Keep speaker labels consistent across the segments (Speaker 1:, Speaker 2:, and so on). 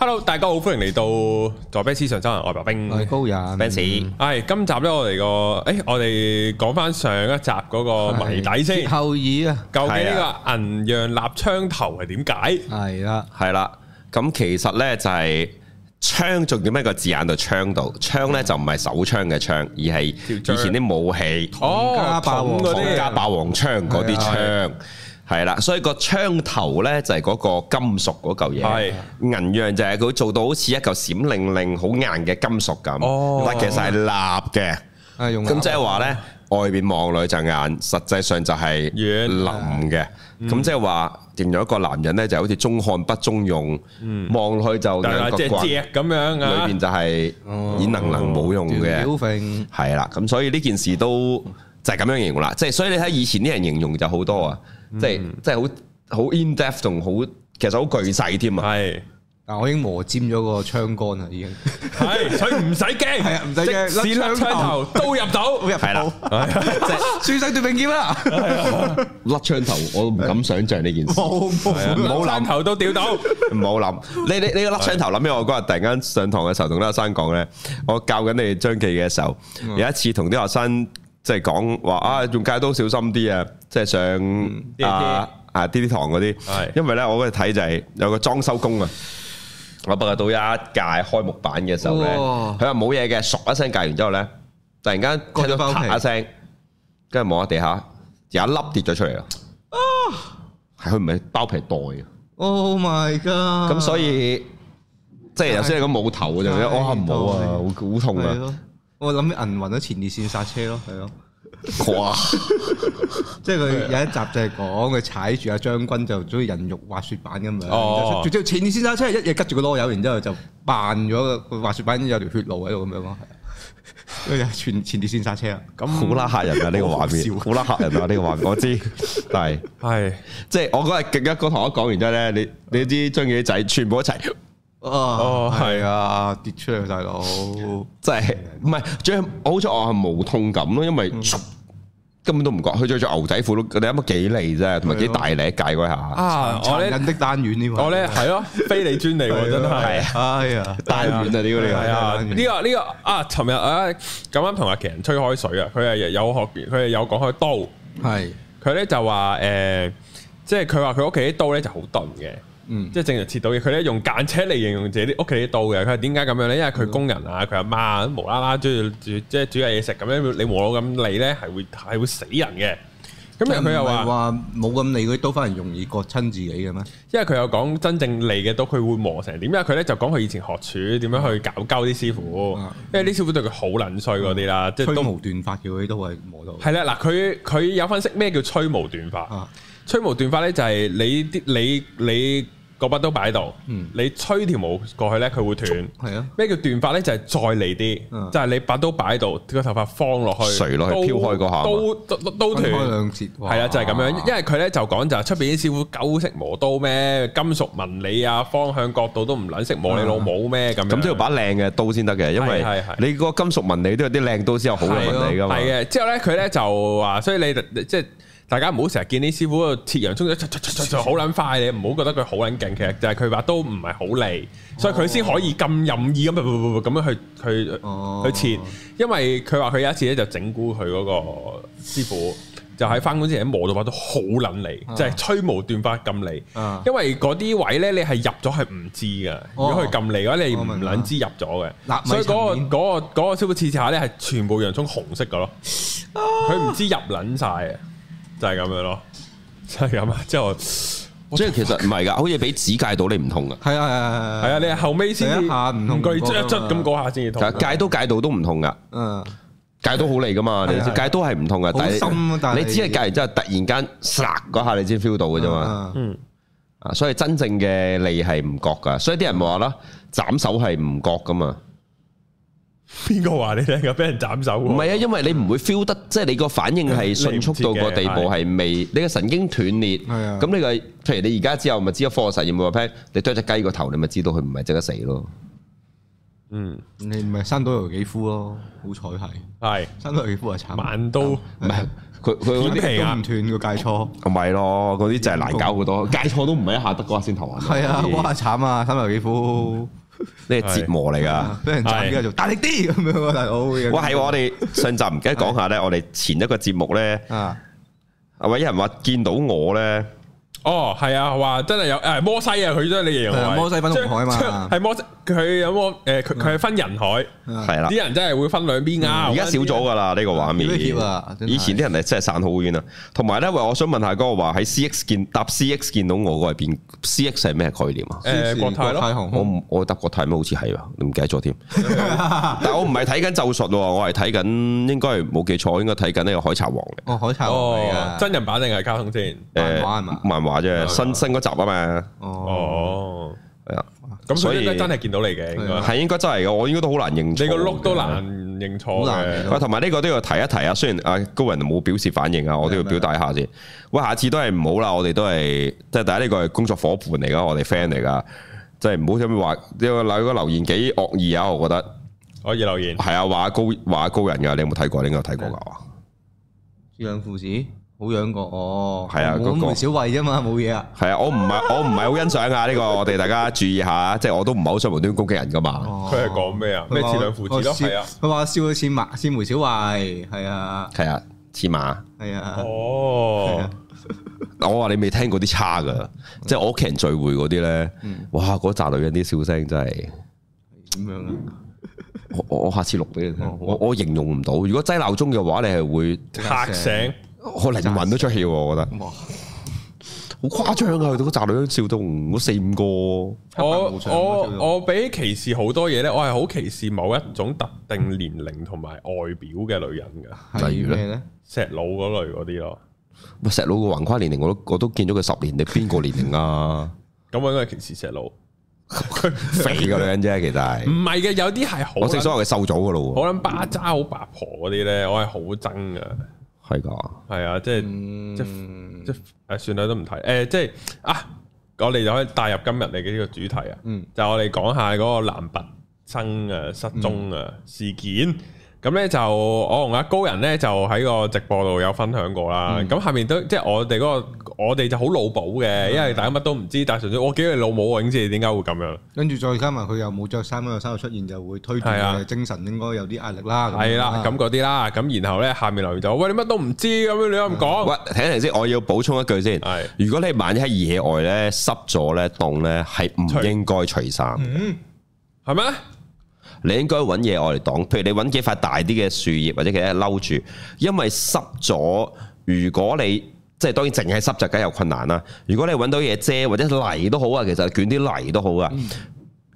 Speaker 1: Hello，大家好，歡迎嚟到在 Benz 上周人外白冰。
Speaker 2: 外高人
Speaker 3: fans
Speaker 1: 係今集咧，我哋個誒，我哋講翻上一集嗰個謎底先，
Speaker 2: 歇後語啊，
Speaker 1: 究竟呢個銀樣立槍頭係點解？
Speaker 2: 係啦，
Speaker 3: 係啦，咁其實呢就係槍，仲點喺個字眼度槍度？槍呢就唔係手槍嘅槍，而係以
Speaker 1: 條槍
Speaker 3: 前啲武器，
Speaker 1: 哦，桶嗰
Speaker 3: 皇
Speaker 1: 啲
Speaker 3: 家
Speaker 1: 啊，
Speaker 3: 霸王槍嗰啲
Speaker 1: 係
Speaker 3: 槍。係啦，所以個槍頭呢就係嗰個金屬嗰嚿嘢
Speaker 1: 係，
Speaker 3: 銀樣就係佢做到好似一嚿閃令令好硬嘅金屬咁，
Speaker 1: 哦
Speaker 3: 但其實係蠟嘅。
Speaker 2: 啊用
Speaker 3: 咁即係話咧，外邊望女就眼，實際上就係
Speaker 1: 軟嗯
Speaker 3: 腍嘅。咁即係話，形容一個男人咧，就好似中看不中用，望落去就
Speaker 1: 嗯但
Speaker 3: 眼
Speaker 1: 係
Speaker 3: 角
Speaker 1: 隻
Speaker 3: 棍，
Speaker 1: 隻咁樣啊哦
Speaker 3: 裏邊，就係以能能冇用嘅
Speaker 2: 屌，揈，
Speaker 3: 係啦。咁所以呢件事都就係咁樣形容啦。即係所以你睇以前啲人形容就好多啊，
Speaker 1: 嗯
Speaker 3: 即係即係好好 in depth 同好，其實好巨細添啊。
Speaker 1: 係
Speaker 2: 嗱我已經磨尖咗個槍杆啦，已經
Speaker 1: 係，所以唔使驚，
Speaker 2: 係啊唔使驚
Speaker 1: 即使甩槍頭都入到，
Speaker 2: 入
Speaker 3: 係啦，
Speaker 2: 輸晒對並劍啦，
Speaker 3: 甩槍頭我都唔敢想象呢件事。
Speaker 2: 冇冇
Speaker 1: 冇爛頭都屌到，
Speaker 3: 唔好諗，你你你個甩槍頭諗起我嗰日突然間上堂嘅時候同啲學生講咧，我教緊你哋張記嘅時候，有一次同啲學生即係講話啊，用戒刀小心啲啊，即係
Speaker 1: 啲
Speaker 3: 上啊啊啲啲堂嗰啲
Speaker 1: 係，
Speaker 3: 因為咧我嗰日睇就係有個裝修工啊。我拔到一屆開木板嘅時候咧，
Speaker 2: 哇
Speaker 3: 佢話冇嘢嘅，唰一聲戒完之後咧，突然間聽
Speaker 2: 割咗包
Speaker 3: 到
Speaker 2: 皮
Speaker 3: 啪一聲，跟住望下地下有一粒跌咗出嚟啊！係佢唔係包皮袋啊！
Speaker 2: ，Oh my
Speaker 1: 啊
Speaker 2: god！
Speaker 3: 咁所以即係頭先你講冇頭就覺得
Speaker 2: 係
Speaker 3: 哇冇啊，
Speaker 2: 係
Speaker 3: 好好痛
Speaker 2: 係
Speaker 3: 啊！
Speaker 2: 咯，我諗起銀魂都前列腺剎車咯，係咯，
Speaker 3: 哇，
Speaker 2: 即係佢
Speaker 1: 啊
Speaker 2: 有一集就係講佢踩住阿將軍就好似人肉滑雪板咁樣，
Speaker 1: 哦
Speaker 2: 最之後前列腺剎車一嘢拮住個籮柚，然之後就扮咗個滑雪板有條血路喺度咁樣咯，係啊，佢就前 前列腺剎車啊！
Speaker 3: 咁好啦嚇人啊！呢個畫面，好啦嚇人啊！呢個畫面，我知，但係
Speaker 1: 係
Speaker 3: 即係我嗰日極一個堂一講完之後咧，你你知張記啲仔全部一齊，
Speaker 2: 哦，
Speaker 1: 係
Speaker 2: 係啊，跌出嚟大佬，
Speaker 3: 即係唔係最我好彩我係無痛感咯，因為
Speaker 1: 嗯
Speaker 3: 根本都唔覺，佢着咗牛仔褲都你諗下幾利啫，同埋幾大力一戒嗰下，
Speaker 1: 啊，我
Speaker 2: 殘
Speaker 1: 咧
Speaker 2: 忍的單元呢位，
Speaker 1: 我咧係咯，非你專利喎，真係。
Speaker 2: 哎呀，
Speaker 3: 單丸啊！屌你
Speaker 1: 係
Speaker 3: 係
Speaker 1: 啊，呢個呢個啊，尋日啊，咁啱同阿奇人吹開水啊，佢係有學，佢係有講開刀，
Speaker 2: 係，
Speaker 1: 佢咧就話誒、呃即係佢話佢屋企啲刀咧就好鈍嘅，
Speaker 2: 嗯，
Speaker 1: 即係正常切到嘅。佢咧用間尺嚟形容自己啲屋企啲刀嘅。佢話點解咁樣咧？因為佢工人啊，佢阿媽啊無啦啦中意煮即係煮下嘢食咁樣，你磨到咁利咧係會係會死人嘅。咁
Speaker 2: 即係
Speaker 1: 然後佢又
Speaker 2: 唔係
Speaker 1: 話，
Speaker 2: 話冇咁利嗰啲刀反而容易割親自己嘅咩？
Speaker 1: 因為佢又講真正利嘅刀，佢會磨成點？因為佢咧就講佢以前學廚點樣去搞鳩啲師傅
Speaker 2: 嗯，
Speaker 1: 因為啲師傅對佢好撚衰嗰啲啦，即係
Speaker 2: 吹
Speaker 1: 都。
Speaker 2: 毛斷髮嘅嗰啲都係磨到，
Speaker 1: 係啦，嗱，佢佢有分析咩叫吹毛斷髮。
Speaker 2: 啊，
Speaker 1: 吹毛斷髮咧就係你啲你你個把刀擺喺度，
Speaker 2: 嗯
Speaker 1: 你吹條毛過去咧，佢會斷。
Speaker 2: 係啊，
Speaker 1: 咩叫斷髮咧？就係再嚟啲，
Speaker 2: 嗯
Speaker 1: 就係你把刀擺喺度，個頭髮放落去，
Speaker 3: 垂落去
Speaker 1: 刀
Speaker 3: 飄開嗰下
Speaker 1: 刀刀刀
Speaker 2: 分開
Speaker 1: 斷。
Speaker 2: 兩截，哇
Speaker 1: 係啦，就係咁樣，因為佢咧就講就係出邊啲師傅狗識磨刀咩，金屬紋理啊、方向角度都唔撚識磨你老母咩咁樣。
Speaker 3: 咁都要把靚嘅刀先得嘅，因為
Speaker 1: 係係係
Speaker 3: 你個金屬紋理都有啲靚刀先有好嘅紋理噶嘛。
Speaker 1: 係嘅，之後咧佢咧就話，所以你即係大家唔好成日見啲師傅喺度切洋葱，就好撚快，你唔好覺得佢好撚勁，其實就係佢把刀唔係好利，所以佢先可以咁任意咁咁樣去去
Speaker 2: 哦
Speaker 1: 去切，因為佢話佢有一次咧就整蠱佢嗰個師傅。就喺翻工之前磨到把刀好撚利，就係吹毛斷髮咁利
Speaker 2: 啊，
Speaker 1: 因為嗰啲位咧你係入咗係唔知嘅，如果佢咁利嘅話你唔撚知入咗
Speaker 2: 納
Speaker 1: 嘅，
Speaker 2: 米
Speaker 1: 所以嗰
Speaker 2: 層
Speaker 1: 個嗰
Speaker 2: 面
Speaker 1: 個嗰個消費刺下咧係全部洋葱紅色嘅咯，佢唔知入撚晒嘅，就係咁樣咯，就係咁啊！之後啊
Speaker 3: 即係其實唔係㗎，好似俾指戒到你唔痛㗎，
Speaker 1: 係
Speaker 2: 係啊係啊係啊
Speaker 1: 啊，你係後尾先
Speaker 2: 第
Speaker 1: 至
Speaker 2: 一下唔同
Speaker 1: 具
Speaker 2: 過
Speaker 1: 捽
Speaker 2: 㗎
Speaker 1: 一
Speaker 2: 嘛
Speaker 1: 捽咁嗰下先至痛，
Speaker 2: 啊
Speaker 3: 但係戒刀戒到都唔痛㗎，
Speaker 2: 嗯，
Speaker 3: 戒刀好利㗎嘛，你知
Speaker 2: 係係啊
Speaker 3: 戒刀係唔痛㗎，
Speaker 2: 好深啊但係
Speaker 3: 你只係戒完之後突然間唰嗰下你先 feel 到㗎啫嘛，
Speaker 2: 啊，
Speaker 1: 嗯，
Speaker 3: 啊，所以真正嘅利係唔覺㗎，所以啲人話啦，斬手係唔覺㗎嘛，
Speaker 1: 邊個話你聽㗎？俾人斬手
Speaker 3: 唔
Speaker 1: 喎，
Speaker 3: 係啊，因為你唔會 feel 得，即係你個反應係迅速到個地步係未，你個神經斷裂，
Speaker 2: 係啊
Speaker 3: 咁你個譬如你而家之後咪知咗科學實驗話，譬如你啄只雞個頭，你咪知道佢唔係即刻死咯。
Speaker 1: 嗯，
Speaker 2: 你咪山島由紀夫咯，好彩係
Speaker 1: 系
Speaker 2: 山島由紀夫啊係慘，
Speaker 1: 萬刀
Speaker 2: 唔係
Speaker 3: 佢
Speaker 2: 嗰
Speaker 3: 佢
Speaker 1: 片 皮啊
Speaker 2: 啲都唔斷個戒錯，
Speaker 3: 唔係咯，嗰啲就係難搞 好多，戒錯都唔係一下得嗰下先頭暈。
Speaker 2: 係啊， 哇慘啊，山島由紀夫
Speaker 3: 呢係折磨嚟㗎。
Speaker 1: 啊
Speaker 2: 俾人斬嘅就大力啲咁樣啊，大佬，
Speaker 3: 哇，係喎我哋上集唔記得講下咧，我哋前一個節目咧，
Speaker 2: 啊，
Speaker 3: 係咪有人話見到我咧？
Speaker 1: 哦，係啊，話真係有诶摩西啊，佢真係你形容
Speaker 2: 係啊
Speaker 1: 為
Speaker 2: 摩西分紅海嘛嗯
Speaker 1: 將係摩西佢有摩诶佢佢係分人海，
Speaker 3: 係啦
Speaker 1: 啲，人真係啊會分兩邊啊。
Speaker 3: 而家少咗㗎啦呢個畫面
Speaker 2: 呢啲貼啊。真係
Speaker 3: 以前啲人係真係散好遠啊。同埋咧，喂，我想問下嗰個話喺 CX 見搭 CX 見到我嗰係邊？CX 係咩概念啊？
Speaker 1: 诶国泰咯，
Speaker 2: 航
Speaker 3: 我
Speaker 2: 空
Speaker 3: 唔我搭國泰咩？好似係啊，你唔記得咗添。但我唔係睇緊咒術喎，我係睇緊應該係冇記錯，應該睇緊呢個海賊王嘅。
Speaker 2: 哦海賊王嚟
Speaker 1: 哦
Speaker 2: 㗎，
Speaker 1: 真人版定係卡通先？
Speaker 2: 漫
Speaker 3: 誒
Speaker 2: 畫係啊嘛
Speaker 3: 漫畫啫，新新嗰集啊嘛，
Speaker 2: 哦
Speaker 1: 哦，
Speaker 3: 係啊，
Speaker 1: 咁所
Speaker 3: 所
Speaker 1: 以
Speaker 3: 以
Speaker 1: 應該真係見到你嘅，應該
Speaker 3: 係應該真係嘅，我應該都好難認錯。
Speaker 1: 你個碌都難。認錯
Speaker 2: 好難
Speaker 1: 嘅
Speaker 2: 認。
Speaker 3: 喂，同埋呢個都要提一提啊，雖然阿高人冇表示反應啊，我都要表達一下先。喂，下次都係唔好啦，我哋都係即係第一呢個係工作伙伴嚟噶，我哋 friend 嚟噶，即係唔好咁樣話呢個留個留言幾惡意啊，我覺得
Speaker 1: 可哦以留言。
Speaker 3: 係啊，話高話高人噶，你有冇睇過？你應該有睇過㗎。
Speaker 2: 智兩父子好養過我，
Speaker 3: 係啊
Speaker 2: 我
Speaker 3: 嗰個
Speaker 2: 梅小慧啫嘛，冇嘢啊。
Speaker 3: 係啊，我唔係我唔係好欣賞啊呢個，我哋大家注意下，即係我都唔係好想無端端攻擊人噶嘛。
Speaker 2: 哦佢
Speaker 1: 佢係講咩啊？咩似兩父子咯，係啊。
Speaker 2: 佢話笑到似麥似梅小慧，係啊
Speaker 3: 係啊，黐馬。
Speaker 2: 係啊，
Speaker 1: 哦，
Speaker 3: 我話你未聽過啲差
Speaker 1: 嗯
Speaker 3: 噶，即係我屋企人聚會嗰啲咧，哇！嗰扎女人啲笑聲真係，
Speaker 2: 點樣啊？
Speaker 3: 我我我下次錄俾你聽
Speaker 1: 啊
Speaker 2: 哦，好
Speaker 3: 我我形容唔到。如果擠鬧鐘嘅話，你係會
Speaker 1: 嚇醒。
Speaker 3: 我靈魂都出竅喎，我覺得
Speaker 2: 哇！
Speaker 3: 好誇張啊！佢哋嗰扎女人笑到唔好四五個，
Speaker 1: 我
Speaker 2: 黑白無常啊
Speaker 1: 我
Speaker 2: 叫做
Speaker 1: 我比歧視好多嘢咧，我係好歧視某一種特定年齡同埋外表嘅女人噶，
Speaker 3: 例
Speaker 2: 係
Speaker 3: 如呢
Speaker 2: 咩咧？
Speaker 1: 石佬嗰類嗰啲咯。
Speaker 3: 喂石佬個橫跨年齡我都我都見咗佢十年，你邊個年 齡啊？
Speaker 1: 咁我應該係歧視石佬。唔
Speaker 3: 肥嘅女人啫，其實係
Speaker 1: 係嘅，有啲係好
Speaker 3: 我正
Speaker 1: 撚
Speaker 3: 所謂瘦咗噶
Speaker 1: 好啊
Speaker 3: 咯
Speaker 1: 撚巴渣、好八婆嗰啲咧，我係好憎噶。
Speaker 3: 喎，係噶，
Speaker 1: 係啊，即係即
Speaker 2: 嗯
Speaker 1: 即係誒，算啦，都唔提。誒，即係啊，我哋就可以帶入今日你嘅呢個主題啊。
Speaker 2: 嗯，
Speaker 1: 就我哋講下嗰個男拔生啊失蹤啊事件。咁咧就我同阿高人咧就喺個直播度有分享過啦。咁、下面都即係我哋嗰、個我哋就好腦補嘅，因為大家乜都唔知，但係純粹我幾你老母啊，影知你點解會咁樣。
Speaker 2: 跟住再加埋佢又冇着衫，有衫出現，就會推
Speaker 1: 係
Speaker 2: 斷
Speaker 1: 啊
Speaker 2: 佢嘅精神應該有啲壓力啦。
Speaker 1: 係啦，咁嗰啲啦，咁然後咧下面留言就話喂你乜都唔知咁樣，你都咁講，
Speaker 3: 喂，停一停先，我要補充一句先
Speaker 1: 係。
Speaker 3: 如果你萬一喺野外咧濕咗咧凍咧，係唔
Speaker 1: 除
Speaker 3: 應該除衫。
Speaker 1: 係咩？
Speaker 3: 你應該揾嘢我嚟擋，譬如你揾幾塊大啲嘅樹葉或者其他嘢嬲住，因為濕咗，如果你即係當然淨係濕就梗係有困難啦。如果你揾到嘢遮或者泥都好啊，其實捲啲泥都好啊。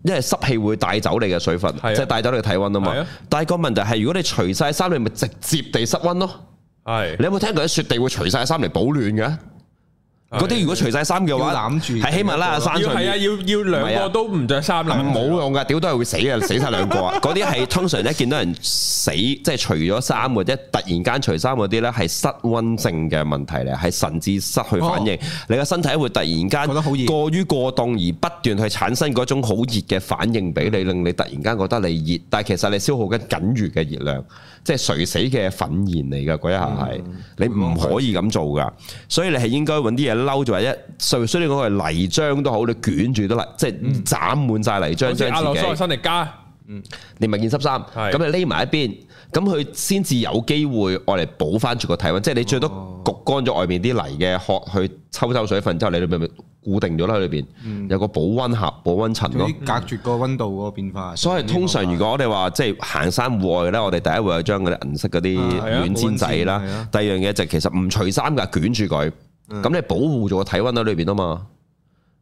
Speaker 3: 因為濕氣會帶走你嘅水分，
Speaker 1: 嗯係啊
Speaker 3: 即係帶走你嘅體温啊嘛。
Speaker 1: 係啊
Speaker 3: 但係個問題係，如果你除晒衫，你咪直接地室温咯。
Speaker 1: 係
Speaker 3: 你有冇聽過喺雪地會除晒衫嚟保暖嘅？嗰啲如果除晒衫嘅話，
Speaker 2: 要攬住
Speaker 3: 喺喜馬拉雅山
Speaker 1: 要
Speaker 3: 上
Speaker 1: 係啊，
Speaker 3: 面。
Speaker 1: 要要
Speaker 3: 唔係
Speaker 1: 兩
Speaker 3: 啊
Speaker 1: 個都唔着衫啦，
Speaker 3: 冇用噶，屌都係會死嘅，死晒兩個啊！嗰啲係通常一見到人死，即係除咗衫或者突然間除衫嗰啲咧，係失温症嘅問題咧，係神志失去反應，你個身體會突然間
Speaker 2: 覺得好熱
Speaker 3: 過於過凍而不斷去產生嗰種好熱嘅反應俾你，令你突然間覺得你熱，但係其實你消耗緊僅餘嘅熱量，即係垂死嘅憤然嚟㗎嗰一下係，你唔可以咁做㗎，所以你係應該揾啲嘢嬲住，或者雖雖然講係泥漿都好，你捲住都泥，即係斬滿晒泥漿
Speaker 1: 好似阿
Speaker 3: 將
Speaker 1: 羅
Speaker 3: 自己
Speaker 1: 蘇。亞辛力加。
Speaker 3: 你咪件濕衫，
Speaker 1: 係
Speaker 3: 咁你匿埋一邊，咁佢先至有機會我嚟補翻住個體温，即係你最多
Speaker 2: 哦
Speaker 3: 焗乾咗外面啲泥嘅殼去抽走水分之後，你裏面咪固定咗啦，裏邊
Speaker 2: 嗯
Speaker 3: 有個保温盒、保温層
Speaker 2: 仲
Speaker 3: 咯
Speaker 2: 有。啲隔絕個温度嗰個變化。
Speaker 3: 所以通常如果我哋話即係行山戶外咧，我哋第一會有張嗰啲銀色嗰啲
Speaker 2: 啊
Speaker 1: 係啊
Speaker 3: 軟氈仔啦
Speaker 2: 保溫氈係啊。嗯
Speaker 3: 第二樣嘢就其實唔除衫㗎，捲住佢，咁你保護咗個體温喺裏邊啊嘛。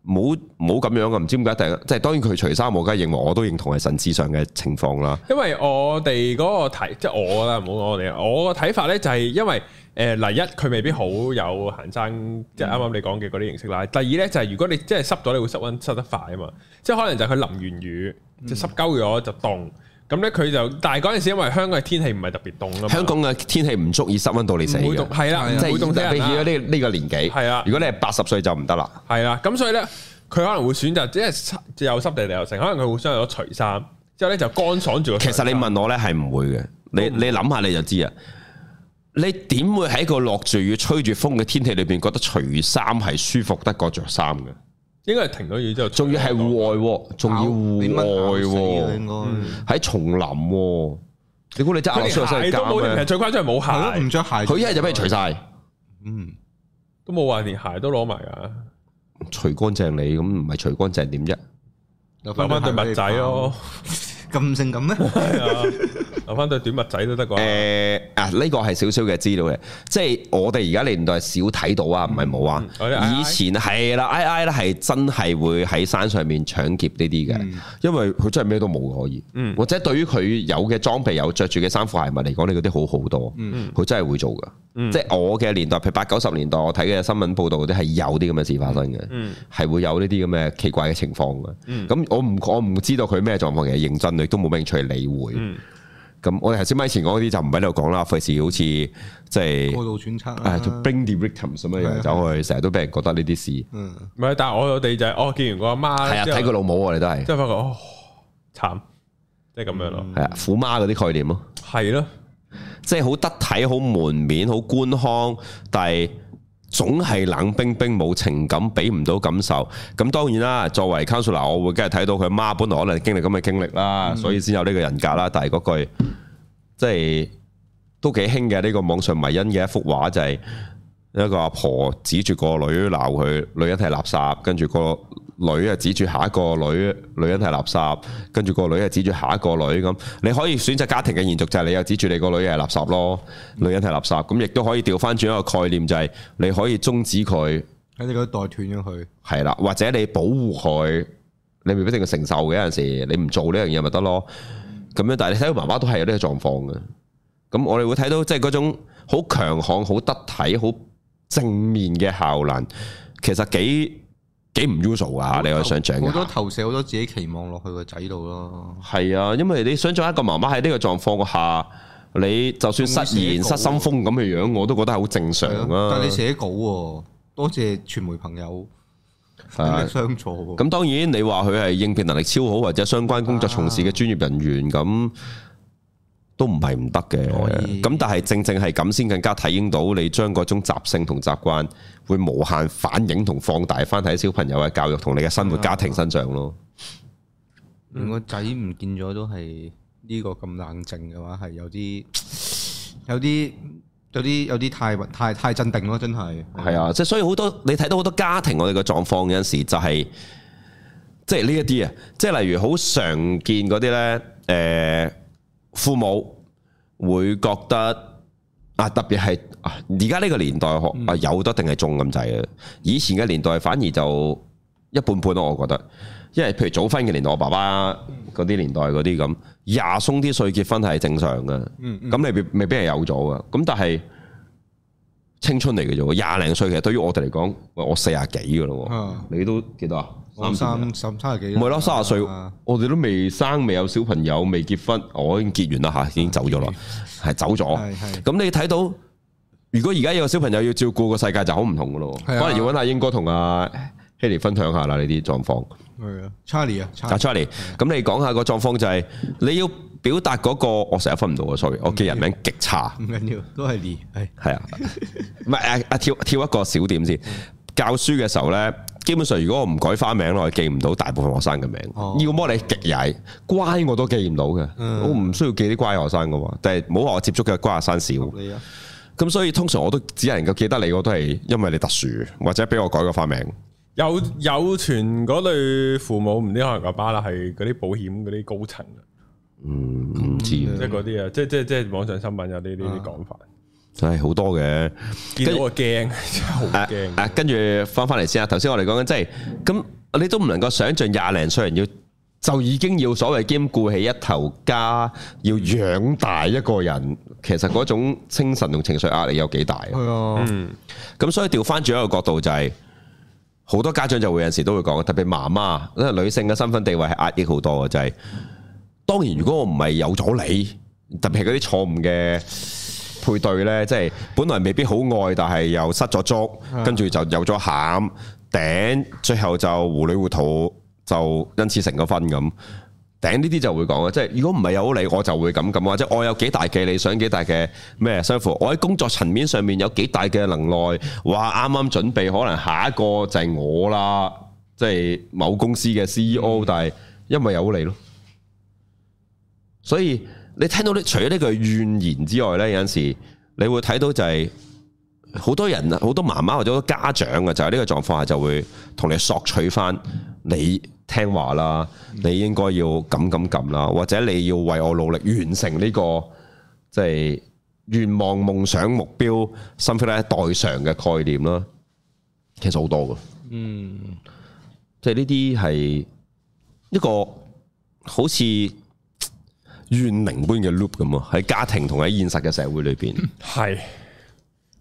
Speaker 3: 冇冇咁樣啊！唔知點解突然，即係當然佢除衫，我梗係認為我都認同係神志上嘅情況啦。
Speaker 1: 因為我哋嗰個睇，即係我啦，唔好講我哋啊。我個睇法咧就係因為誒嗱、一佢未必好有行山，即係
Speaker 3: 嗯
Speaker 1: 啱啱你講嘅嗰啲形式啦。第二咧就係、如果你真係濕咗，你會濕温濕得快啊嘛。即係可能就係佢淋完雨
Speaker 3: 嗯
Speaker 1: 就濕鳩咗就凍，咁咧佢就但係嗰陣時因為香港嘅天氣唔係特別凍啊嘛，
Speaker 3: 香港嘅天氣唔足以室温到你死
Speaker 1: 唔會
Speaker 3: 嘅
Speaker 1: 凍，係啦，唔
Speaker 3: 即係
Speaker 1: 會凍死
Speaker 3: 特別
Speaker 1: 人啊
Speaker 3: 而
Speaker 1: 啦
Speaker 3: 家呢呢個年紀，
Speaker 1: 係啊
Speaker 3: 如果你係八十歲就唔得啦，
Speaker 1: 係啦，咁所以咧，佢可能會選擇即係濕又濕地地又成，可能佢會選擇咗除衫，之後咧就乾爽住個
Speaker 3: 其實你問我咧係唔會嘅，你你諗下你就知啊。你點會喺個落住雨、吹住風嘅天氣裏邊覺得除衫係舒服得過着衫嘅？
Speaker 1: 應該係停咗雨之後，
Speaker 3: 仲要係戶外喎，仲要戶外
Speaker 2: 喎，
Speaker 3: 喎，
Speaker 2: 應該
Speaker 3: 喺叢林喎。你估你真係
Speaker 1: 佢連
Speaker 3: 落出去
Speaker 1: 鞋
Speaker 3: 真
Speaker 1: 都
Speaker 3: 係
Speaker 1: 冇，其實
Speaker 3: 咩？
Speaker 1: 最誇張係
Speaker 2: 係
Speaker 1: 冇
Speaker 2: 咯，
Speaker 1: 鞋
Speaker 2: 唔，着鞋，
Speaker 3: 佢一係就俾人除晒，
Speaker 2: 嗯，
Speaker 1: 都冇話連鞋都攞埋㗎，
Speaker 3: 除乾淨你咁唔係除乾淨點啫？
Speaker 2: 留
Speaker 1: 留翻對襪仔咯，，
Speaker 2: 咁性感咩？
Speaker 1: 係啊留翻對短襪仔都得啩。
Speaker 3: 誒啊！呢個係少少嘅資料嘅，即係我哋而家年代少睇到啊，唔係冇啊
Speaker 1: 嗯。我哋 II
Speaker 3: 以前係啦，I I 咧係真係會喺山上面搶劫呢啲嘅，因為佢真係咩都冇可以，
Speaker 1: 嗯
Speaker 3: 或者對於佢有嘅裝備、有着住嘅衫褲鞋襪嚟講，你嗰啲好好多，
Speaker 1: 嗯
Speaker 3: 佢真係會做噶。即係我嘅年代，譬如八九十年代，我睇嘅新聞報導嗰啲係有啲咁嘅事發生嘅。
Speaker 1: 嗯，
Speaker 3: 係會有呢啲咁嘅奇怪嘅情況嘅。
Speaker 1: 嗯
Speaker 3: 咁、我唔我唔知道佢咩狀況，其實認真你都冇興趣理會。
Speaker 1: 嗯
Speaker 3: 咁、我哋頭先咪前講嗰啲就唔喺度講啦，費事好似即
Speaker 2: 過
Speaker 3: 係
Speaker 2: 度揣測
Speaker 3: 誒
Speaker 2: 啊，
Speaker 3: bring the victims 咁樣
Speaker 2: 係啊
Speaker 3: 樣走去，成日都俾人覺得呢啲事
Speaker 2: 嗯，
Speaker 1: 唔係，但係我哋就係哦，見完個阿
Speaker 3: 係
Speaker 1: 媽
Speaker 3: 啊，
Speaker 1: 之
Speaker 3: 睇佢
Speaker 1: 後，
Speaker 3: 老母我哋都係
Speaker 1: 即係發覺哦慘，即係咁樣咯，
Speaker 3: 係啊，虎媽嗰啲概念咯，
Speaker 1: 係咯，
Speaker 3: 即係好得體、好門面、好官腔，但係。總係冷冰冰冇情感，俾唔到感受。咁當然啦，作為 counselor，我會梗係睇到佢媽本來可能經歷咁嘅經歷啦，所以先有呢個人格啦。但係嗰句即係都幾興嘅呢個網上迷因嘅一幅畫，就係一個阿婆指住個女鬧佢，女人係垃圾，跟住個女啊指住下一個女，女人係垃圾，跟住個女啊指住下一個女咁。你可以選擇家庭嘅延續，就係你又指住你個女係垃圾咯，女人係垃圾。咁亦都可以調翻轉一個概念，就係你可以終止佢。
Speaker 2: 喺你嗰度代斷咗佢，
Speaker 3: 係啦，或者你保護佢，你未必一定要承受嘅。有陣時你唔做呢樣嘢咪得咯。咁樣，但係你睇到媽媽都係有呢個狀況嘅。咁我哋會睇到即係嗰種好強悍、好得體、好正面嘅效能，其實幾幾唔 usual 噶。你可以想象
Speaker 2: 好多
Speaker 3: 嘅。
Speaker 2: 投射好多自己期望落去個仔度咯，
Speaker 3: 係啊，因為你想象一個媽媽喺呢個狀況下，你就算失言、
Speaker 2: 仲會寫稿
Speaker 3: 失心瘋咁嘅樣，我都覺得係好正常
Speaker 2: 啊係咯
Speaker 3: 啊。
Speaker 2: 但係你寫稿喎，多謝傳媒朋友鼎
Speaker 3: 係
Speaker 2: 力相助喎，
Speaker 3: 咁當然你話佢係應變能力超好，或者相關工作從事嘅專業人員咁。都唔係唔得
Speaker 2: 可以
Speaker 3: 嘅，咁但係正正係咁先更加體現到你將嗰種習性同習慣會無限反映同放大翻喺小朋友嘅教育同你嘅生活
Speaker 2: 啊
Speaker 3: 家庭身上咯。
Speaker 2: 如果仔唔見咗都係呢個咁冷靜嘅話，係有啲有啲有啲有啲太太太鎮定咯，真係。
Speaker 3: 係啊，即係所以好多你睇到好多家庭我哋嘅狀況有陣時就係、即係呢一啲啊，即係例如好常見嗰啲咧，誒、父母會覺得啊，特別係啊而家呢個年代學啊有得定係中咁滯啊，以前嘅年代反而就一半半咯，我覺得。因為譬如早婚嘅年代，我爸爸嗰啲年代嗰啲咁，廿鬆啲歲結婚係正常嘅，咁、
Speaker 2: 嗯
Speaker 3: 你未未必係有咗嘅。咁但係青春嚟嘅啫喎，廿零歲其實對於我哋嚟講，喂我四廿幾嘅咯喎，
Speaker 2: 啊
Speaker 3: 你都幾多啊？
Speaker 2: 我
Speaker 3: 十幾啊
Speaker 2: 三三三十幾，
Speaker 3: 唔係咯，三十歲
Speaker 2: 啊，
Speaker 3: 我哋都未生，未有小朋友，未結婚，我已經結完
Speaker 2: 啊
Speaker 3: 啦吓，已經走咗啦，係走咗
Speaker 2: 係。係
Speaker 3: 咁你睇到，如果而家有個小朋友要照顧個世界就好唔同噶咯，可
Speaker 2: 係啊
Speaker 3: 能要揾阿英哥同阿希嚟分享下啦呢啲狀況。
Speaker 2: 係啊，Charlie 啊
Speaker 3: 阿
Speaker 2: ，Charlie，
Speaker 3: Charlie，咁你講下個狀況就係你要表達嗰個，我成日分唔到啊，sorry，我嘅人名極差。
Speaker 2: 唔緊要，都係 Lee，係
Speaker 3: 係啊，唔係啊啊跳跳一個小點先。教書嘅時候呢，基本上如果我唔改花名我係記唔到大部分學生嘅名。
Speaker 2: 哦
Speaker 3: 要麼你極曳，乖我都記唔到嘅，我唔需要記啲乖學生嘅喎。但係唔好話我接觸嘅乖學生少，
Speaker 2: 你啊，
Speaker 3: 咁所以通常我都只能夠記得你，我都係因為你特殊，或者俾我改個花名。
Speaker 1: 有有傳嗰對父母唔知可能阿爸啦，係嗰啲保險嗰啲高層啊，
Speaker 3: 嗯，唔知啊，
Speaker 1: 即係嗰啲啊，即係即係即係網上新聞有呢呢
Speaker 3: 嗯
Speaker 1: 啲講法，
Speaker 3: 唉，好多嘅。
Speaker 1: 見到我驚，真係好
Speaker 3: 啊
Speaker 1: 驚。
Speaker 3: 啊，跟住翻翻嚟先啊！頭先我哋講緊即係咁，你都唔能夠想象廿零歲人要就已經要所謂兼顧起一頭家，要養大一個人，其實嗰種精神同情緒壓力有幾大啊
Speaker 2: 係啊，
Speaker 3: 咁所以調翻轉一個角度就係、好多家長就會有陣時都會講，特別媽媽，因為女性嘅身份地位係壓抑好多嘅，就係、當然如果我唔係有咗你，特別係嗰啲錯誤嘅。配對呢，即係本來未必好愛，但係又失咗足，跟住就有咗餡頂，最後就糊裏糊塗就因此成個婚咁。頂呢啲就會講啊，即係如果唔係有你，我就會咁咁啊，即係我有幾大嘅理想，幾大嘅咩相符，我喺工作層面上面有幾大嘅能耐，話啱啱準備可能下一個就係我啦，即係某公司嘅 CEO，但係因為有你咯，所以你聽到呢除咗呢句怨言之外呢，有陣時你會睇到就係、好多人啊，好多媽媽或者好多家長啊，就係呢個狀況下就會同你索取翻你聽話啦，你應該要咁咁咁啦，或者你要為我努力完成呢、個即係、願望、夢想、目標，something 咧代償嘅概念啦，其實好多噶，
Speaker 2: 嗯，
Speaker 3: 即係呢啲係一個好似怨靈般嘅 loop 咁啊，喺家庭同喺現實嘅社會裏邊。
Speaker 1: 係，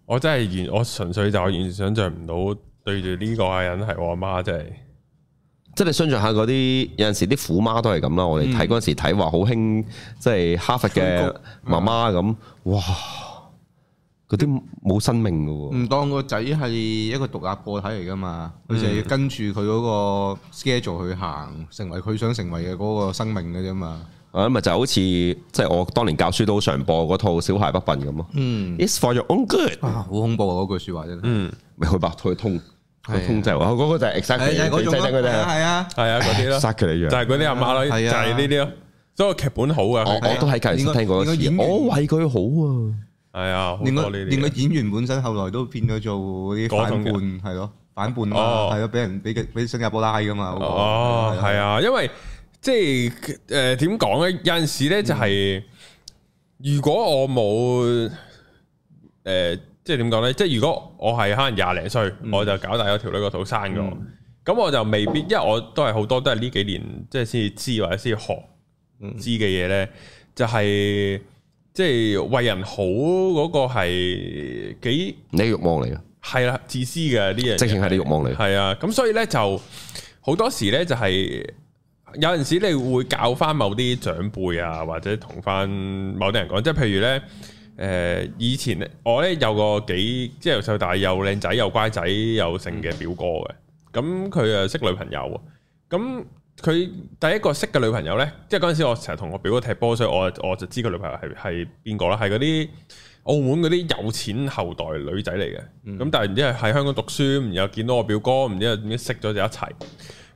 Speaker 1: 我真係完，我純粹就完全想象唔到對住呢個人係我阿媽，真係。
Speaker 3: 即係你想象下嗰啲有陣時啲虎媽都係咁啦，我哋睇嗰陣時睇話好興，即係哈佛嘅媽媽咁，哇！嗰啲冇生命嘅喎，
Speaker 2: 唔當個仔係一個獨立個體嚟噶嘛，佢就係要跟住佢嗰個 schedule 去行，成為佢想成為嘅嗰個生命嘅啫嘛。
Speaker 3: 啊咪就好似即係我當年教書都好常播嗰套《小孩不笨》咁咯。
Speaker 2: 嗯，
Speaker 3: It's for your own good，
Speaker 2: 啊，好恐怖啊！嗰句説話真係，
Speaker 1: 嗯，
Speaker 3: 咪去白去通，
Speaker 2: 係
Speaker 3: 去
Speaker 2: 啊
Speaker 3: 通就係話嗰個就係 exactly
Speaker 2: 係
Speaker 3: 仔仔嗰
Speaker 2: 係
Speaker 3: 啲
Speaker 2: 啊係啊，
Speaker 1: 係啊，嗰啲 咯，
Speaker 3: ，exactly 一
Speaker 1: 就
Speaker 3: 樣。
Speaker 1: 係嗰啲阿媽咯，就
Speaker 2: 係啊
Speaker 1: 係呢啲咯。所以個劇本好啊，
Speaker 3: 我
Speaker 1: 佢
Speaker 3: 我都喺隔離室聽
Speaker 2: 應
Speaker 3: 過一
Speaker 2: 該演
Speaker 3: 次，
Speaker 2: 員
Speaker 3: 我為佢好啊。
Speaker 1: 係啊，好多
Speaker 2: 連
Speaker 1: 呢
Speaker 2: 個連個
Speaker 1: 啲。
Speaker 2: 演員本身後來都變咗做嗰啲反
Speaker 1: 嗰種
Speaker 2: 叛，係咯反叛
Speaker 1: 哦
Speaker 2: 啊，係咯，俾人俾俾新加坡拉噶嘛。嗰個
Speaker 1: 哦，係，啊，因為即係呃诶点讲咧？有阵时咧就係，如果我冇诶，即係點講咧？即係如果我係可能廿零歲，我就搞大咗條女個肚生咗，咁我就未必，因為我都係好多都係呢幾年即係先至知或者先至學知嘅嘢咧，就係即係為人好嗰個係幾
Speaker 3: 你嘅欲望嚟嘅，
Speaker 1: 係啦，自私嘅呢樣嘢。
Speaker 3: 直情係你欲望嚟嘅。
Speaker 1: 系啊，咁所以咧就好多時咧就係有陣時你會教翻某啲長輩啊，或者同翻某啲人講，即係譬如咧。誒、以前呢我咧有個幾即係由細到大又靚仔又乖仔又成嘅表哥嘅，咁佢誒識女朋友啊，咁佢第一個識嘅女朋友咧，即係嗰陣時我成日同我表哥踢波，所以我我就知個女朋友係係邊個啦，係嗰啲澳門嗰啲有錢後代女仔嚟嘅，咁、但係然之後喺香港讀書，然後見到我表哥，然之後點知識咗就一齊。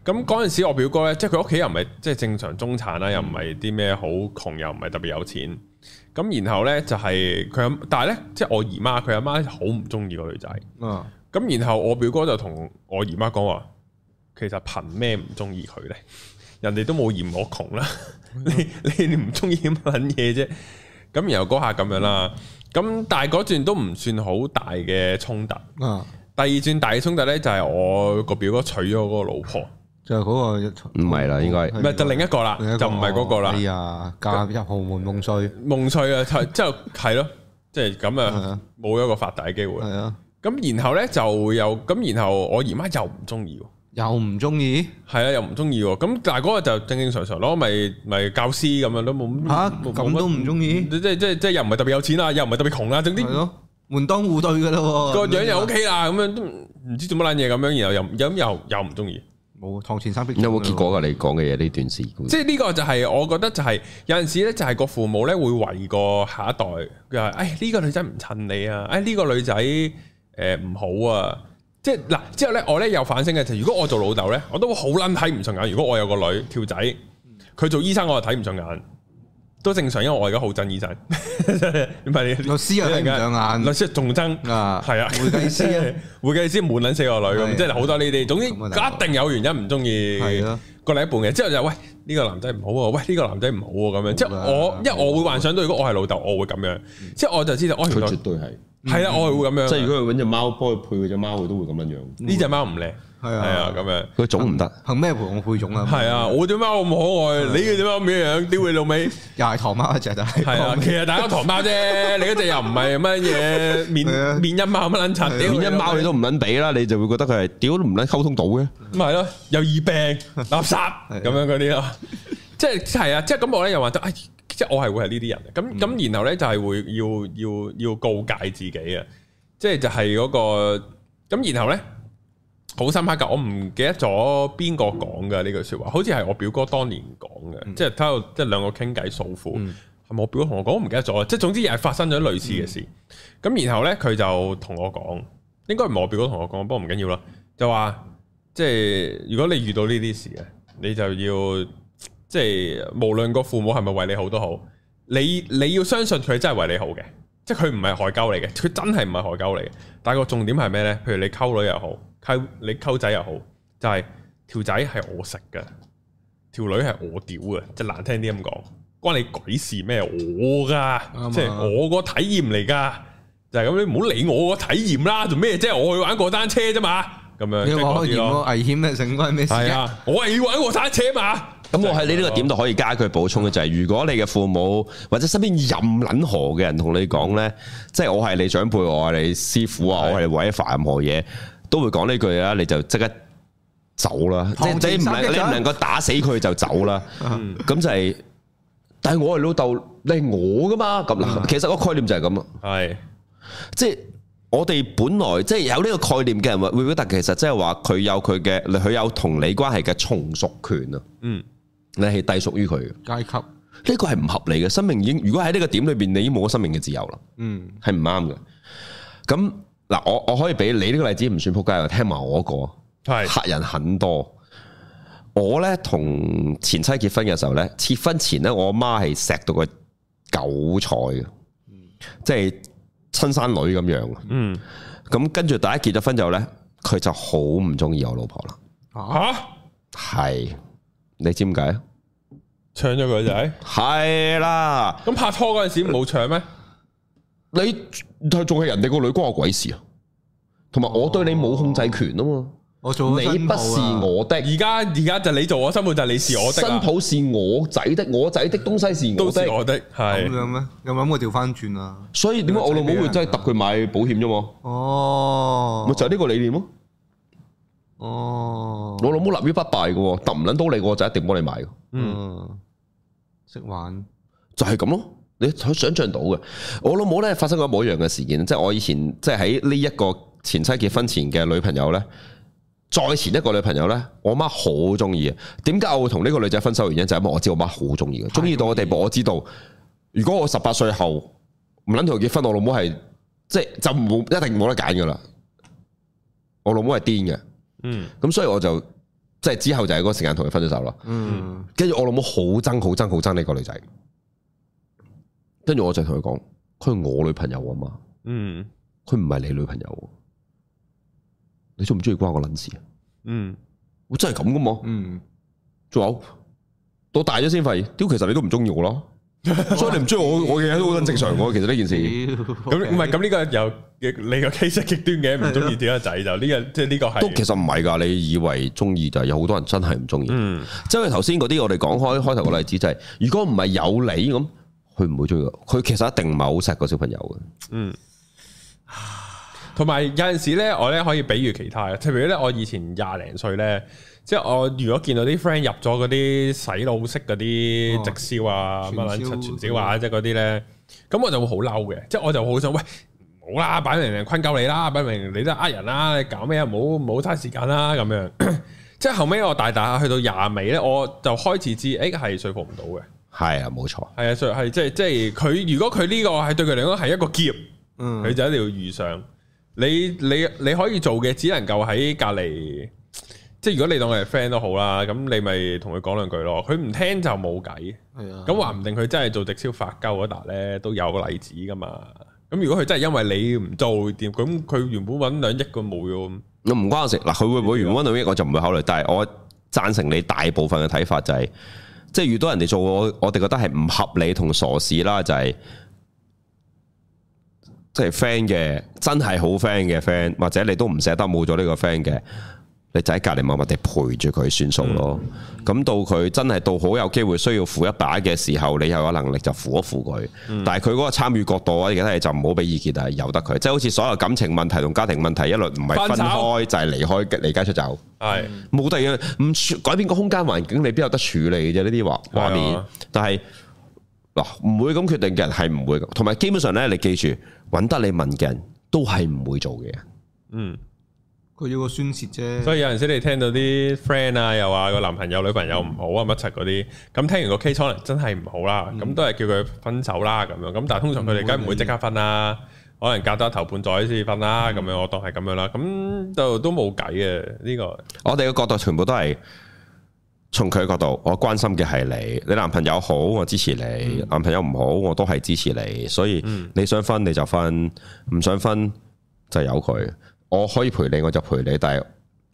Speaker 1: 咁嗰陣時，我表哥咧，即係佢屋企又唔係即係正常中產啦，又唔係啲咩好窮，又唔係特別有錢。咁然後咧就係佢阿，但係咧即係我姨媽，佢阿媽好唔中意個女仔。
Speaker 2: 啊
Speaker 1: 咁然後我表哥就同我姨媽講話，其實憑咩唔中意佢呢？ 人哋都冇嫌我窮啦，
Speaker 2: 啊
Speaker 1: 你 你唔中意乜撚嘢啫？咁然後嗰下咁樣啦，咁但係嗰轉都唔算好大嘅衝突。
Speaker 2: 啊，
Speaker 1: 第二轉大嘅衝突呢，就係我個表哥娶咗嗰個老婆，
Speaker 2: 就係嗰個
Speaker 3: 唔係啦應該
Speaker 1: 唔係就另一個啦，
Speaker 2: 另一個
Speaker 1: 就唔係嗰個啦
Speaker 2: 哎，呀，嫁入豪門夢碎，
Speaker 1: 夢碎啊， 就之後係咯，即係咁
Speaker 2: 係
Speaker 1: 啊
Speaker 2: 啊，
Speaker 1: 冇咗個發大嘅機會。
Speaker 2: 係啊，
Speaker 1: 咁然後呢，就會有咁，然後我姨媽又唔中意喎。
Speaker 2: 又唔中意
Speaker 1: 係啊，又唔中意喎。咁但係嗰個就正正常常咯，咪咪教師咁樣都嗯冇
Speaker 2: 吓，
Speaker 1: 冇
Speaker 2: 咁都唔中意，
Speaker 1: 即即即即又唔係特別有錢啦，又唔係特別窮啦，總之
Speaker 2: 係咯，門當户對噶啦喎，
Speaker 1: 個樣又 OK 啦，咁樣都唔知做乜撚嘢咁樣，然後又又又又唔中意。
Speaker 2: 冇堂前三壁，
Speaker 3: 有冇結？果㗎？你講嘅嘢呢段事故，
Speaker 1: 即係呢個就係我覺得就係、有陣時咧，就係個父母咧會為個下一代，佢話：，誒呢個女仔唔襯你啊，誒、呢、個女仔誒唔好啊。即係嗱，之後咧我咧有反省嘅就係，如果我做老豆咧，我都會好撚睇唔順眼。如果我有個女跳仔，佢做醫生我就睇唔順眼，都正常，因為啊我而家好憎醫生，唔係你
Speaker 2: 律師 又睇唔上眼
Speaker 1: 律師仲憎。
Speaker 2: 啊，
Speaker 1: 係啊
Speaker 2: 會計師啊，
Speaker 1: 會計師滿撚死個女
Speaker 2: 係
Speaker 1: 咁，
Speaker 2: 啊
Speaker 1: 即係好多呢啲。總之
Speaker 2: 咁啊
Speaker 1: 一定有原因唔中意
Speaker 2: 係啊咯
Speaker 1: 個另一半嘅。之後就喂呢個男仔唔好喎，喂呢個男仔唔好喎咁樣。即係
Speaker 2: 好啦
Speaker 1: 我，因為我會幻想到如果我係老豆，我會咁樣。即係我就知道，哦原來
Speaker 3: 對係。
Speaker 1: 係啦，我係會咁樣。
Speaker 3: 即係如果佢揾只貓幫佢配嗰只貓，佢都會咁樣樣。
Speaker 1: 呢只貓唔靚，
Speaker 2: 係
Speaker 1: 係
Speaker 2: 啊
Speaker 1: 啊咁樣。
Speaker 3: 佢種唔得，
Speaker 2: 憑咩陪我配種啊？
Speaker 1: 係啊，我只貓咁可愛，你嘅只貓咁樣樣，屌你老味。
Speaker 2: 又係唐貓一隻，但係
Speaker 1: 係 啊，其實大家糖貓啫，你嗰只又唔係乜嘢
Speaker 2: 係
Speaker 1: 面
Speaker 2: 啊
Speaker 1: 面一貓乜撚柒，屌
Speaker 3: 變一貓你
Speaker 1: 都
Speaker 3: 都唔撚俾啦，你就會覺得佢係屌都唔撚溝通到嘅。
Speaker 1: 咪係咯，有耳病、垃圾咁樣嗰啲咯，即係係啊，即係咁我咧又話得，哎，即係我係會係呢啲人，啊咁咁然後咧就係會要要要告戒自己啊，即係就係嗰個咁然後咧好深刻噶，我唔記得咗邊個講嘅呢句説話，好似係我表哥當年講嘅，即係喺度即係兩個傾偈訴苦，係咪我表哥同我講？我唔記得咗啦，即係總之又係發生咗類似嘅事。咁然後咧，佢就同我講，應該唔係我表哥同我講，不過唔緊要啦，就話即係如果你遇到呢啲事嘅，你就要即係無論個父母係咪為你好都好，你你要相信佢真係為你好嘅。即係佢唔係害鳩你嘅，佢真係唔係害鳩你嘅。但係個重點係咩呢？譬如你溝女又好，溝你溝仔又好，就係、條仔係我食嘅，條女係我屌嘅，即係難聽啲咁講，關你鬼事咩？我噶
Speaker 2: 啱啊，
Speaker 1: 即係我個體驗嚟㗎，就係、咁。你唔好理我個體驗啦，做咩啫？我去玩過單車啫嘛，咁樣
Speaker 2: 你
Speaker 1: 即係
Speaker 2: 話
Speaker 1: 嗰
Speaker 2: 可以
Speaker 1: 啲
Speaker 2: 個
Speaker 1: 咯。
Speaker 2: 危險嘅成分咩事
Speaker 1: 係
Speaker 2: 啊？
Speaker 1: 啊，我係要玩過單車嘛。
Speaker 3: 咁我喺你呢個點度可以加一句補充嘅就係，如果你嘅父母或者身邊任撚何嘅人同你講呢，即係我係你長輩，我係你師傅啊，我係你 whatever 任何嘢，都會講呢句啦，你就即刻走啦，即
Speaker 2: 堂前
Speaker 3: 係你唔嗯能
Speaker 2: 三擊
Speaker 3: 你唔
Speaker 2: 掌
Speaker 3: 能夠打死佢就走啦，咁就係。但係我係老豆，你係我噶嘛？咁嗱，其實個概念就係咁啊。
Speaker 1: 係
Speaker 3: 即係我哋本來即係有呢個概念嘅人話，會唔會特其實即係話佢有佢嘅，佢有同你關係嘅從屬權啊？
Speaker 1: 嗯，
Speaker 3: 你係隸屬於佢嘅，呢、
Speaker 2: 階級，
Speaker 3: 個係唔合理嘅。生命已經，如果喺呢個點裏邊，你已經冇咗生命嘅自由啦，
Speaker 2: 嗯，
Speaker 3: 係唔啱嘅。咁嗱，我我可以俾你呢個例子唔算撲街，我聽埋我嗰、個，
Speaker 1: 係
Speaker 3: 客人很多。我呢，同前妻結婚嘅時候呢，結婚前呢，我媽係錫到個韭菜嘅，即係親生女咁樣嘅
Speaker 1: 嗯
Speaker 3: 咁跟住大家結咗婚之後呢，佢就好唔中意我老婆啦。
Speaker 1: 嚇、
Speaker 3: 係，你知點解啊？
Speaker 1: 唱咗佢仔，
Speaker 3: 係啦，
Speaker 1: 咁拍拖嗰陣時冇唱咩？
Speaker 3: 你仲係人哋個女關我鬼事啊？同埋我對你冇控制權啊嘛，
Speaker 2: 我做咗
Speaker 3: 你
Speaker 2: 新
Speaker 3: 不
Speaker 2: 抱
Speaker 3: 是
Speaker 2: 啊，
Speaker 3: 我的，
Speaker 1: 而家而家就你做我新抱，就你是我的
Speaker 3: 新
Speaker 1: 啊，
Speaker 3: 抱是我仔的，我仔的東西是
Speaker 1: 都
Speaker 3: 我
Speaker 1: 是
Speaker 3: 的，
Speaker 1: 我的，
Speaker 2: 咁
Speaker 1: 係
Speaker 2: 樣咩？有冇諗過調翻轉啊？
Speaker 3: 所以點解我老母會真係揼佢買保險啫嘛？
Speaker 2: 哦，
Speaker 3: 咪就係呢個理念咯。
Speaker 2: 哦，
Speaker 3: 我老母立於不敗嘅喎，揼唔撚到你，我就一定幫你買嘅。
Speaker 2: 嗯，識玩，
Speaker 3: 就係咁咯。你可想象到嘅，我老母咧發生過一模一樣嘅事件，即係我以前即係喺呢一個前妻結婚前嘅女朋友呢，再前一個女朋友呢，我媽好中意嘅。點解我會同呢個女仔分手？原因就係因為我知我媽好中意嘅，中意到個地步，我知道如果我十八歲後唔撚同佢結婚，我老母係即係就冇一定冇得揀噶啦。我老母係癲嘅，
Speaker 1: 嗯
Speaker 3: 咁所以我就即係之後就係嗰個時間同佢分咗手啦。
Speaker 2: 嗯，
Speaker 3: 跟住我老母好憎好憎好憎呢個女仔，跟住我就同佢講，佢係我女朋友啊嘛，
Speaker 1: 嗯
Speaker 3: 佢唔係你女朋友，你中唔中意關我撚事啊？
Speaker 1: 嗯，
Speaker 3: 我真係咁噶嘛？
Speaker 2: 嗯，
Speaker 3: 仲有到大咗先發現，屌其實你都唔中意 我咯，所以你唔中意我，我嘅嘢都好撚正常喎。其實呢件事
Speaker 1: 咁
Speaker 2: 咁
Speaker 1: 唔係咁呢個又你個 case 極端嘅，唔中意點個仔就呢個即係呢個
Speaker 3: 都其
Speaker 1: 係，
Speaker 3: 實唔係㗎，你以為中意就係有好多人真係唔中意。
Speaker 1: 嗯
Speaker 3: 即係頭先嗰啲我哋講開開頭個例子就係、如果唔係有你咁，佢唔會中意我，佢其實一定唔係好錫個小朋友嘅。
Speaker 1: 嗯。同埋有陣時咧，我咧可以比喻其他嘅，譬如咧，我以前廿零歲咧，即係我如果見到啲 friend 入咗嗰啲洗腦式嗰啲直銷啊、
Speaker 2: 哦
Speaker 1: 乜撚
Speaker 2: 傳銷
Speaker 1: 柒傳銷啊，即係嗰啲咧，咁我就會好嬲嘅，即係我就好想喂。唔好啦，擺明人困鳩你啦，擺明你都係呃人啦，你搞咩啊？唔好唔好嘥時間啦，咁樣。 即係後尾我大大下去到廿尾咧，我就開始知，誒係說服唔到嘅，
Speaker 3: 係啊，冇錯。
Speaker 1: 係啊，所係即係即係佢如果佢呢個係對佢嚟講係一個劫。
Speaker 2: 嗯，
Speaker 1: 佢就一定要遇上。你你你可以做嘅，只能夠喺隔離，即係如果你當佢係 friend 都好啦，咁你咪同佢講兩句咯。佢唔聽就冇計，
Speaker 2: 係啊，
Speaker 1: 咁話唔定佢真係做直銷發鳩嗰笪咧，都有個例子噶嘛。咁如果佢真係因為你唔做掂，咁佢原本揾兩億個冇咗，
Speaker 3: 我唔關我事。嗱，佢會唔會原温到益，我就唔會考慮。但係我贊成你大部分嘅睇法就係、即係遇到人哋做我，我哋覺得係唔合理同傻事啦，就係、即係 friend 嘅，真係好 friend 嘅 friend，或者你都唔捨得冇咗呢個 friend 嘅，你就喺隔離默默地陪住佢算數咯。咁、到佢真係到好有機會需要扶一把嘅時候，你又有能力就扶一扶佢。但係佢嗰個參與角度啊，而家係就唔好俾意見，但係由得佢。即係好似所有感情問題同家庭問題，一律唔係
Speaker 1: 分
Speaker 3: 分
Speaker 1: 手
Speaker 3: 開就係離開離家出走。
Speaker 1: 係
Speaker 3: 冇第二樣唔處改變個空間環境，你邊有得處理嘅啫？呢啲畫
Speaker 1: 係啊
Speaker 3: 畫面，但係嗱唔會咁決定嘅人係唔會咁，同埋基本上咧，你記住揾得你問嘅人都係唔會做嘅人，
Speaker 1: 嗯
Speaker 2: 佢佢要個宣泄
Speaker 3: 嗯
Speaker 2: 啫。
Speaker 1: 所以有陣時你聽到啲 friend 啊，又話個男朋友女朋友唔好啊乜柒嗰啲，咁聽完個 case 可能真係唔好
Speaker 3: 嗯
Speaker 1: 啦，咁都係叫佢分手啦咁樣。咁但係通常佢哋梗係唔會即刻分啦，
Speaker 3: 嗯
Speaker 1: 可能隔多頭半載先分啦，咁樣我當係咁樣啦。咁就都冇計嘅呢個。
Speaker 3: 我哋嘅角度全部都係從佢嘅角度，我關心嘅係你，你男朋友好，我支持你；男朋友唔好，我都係支持你。所以你想分你就分，唔想分就由佢。我可以陪你，我就陪你，但係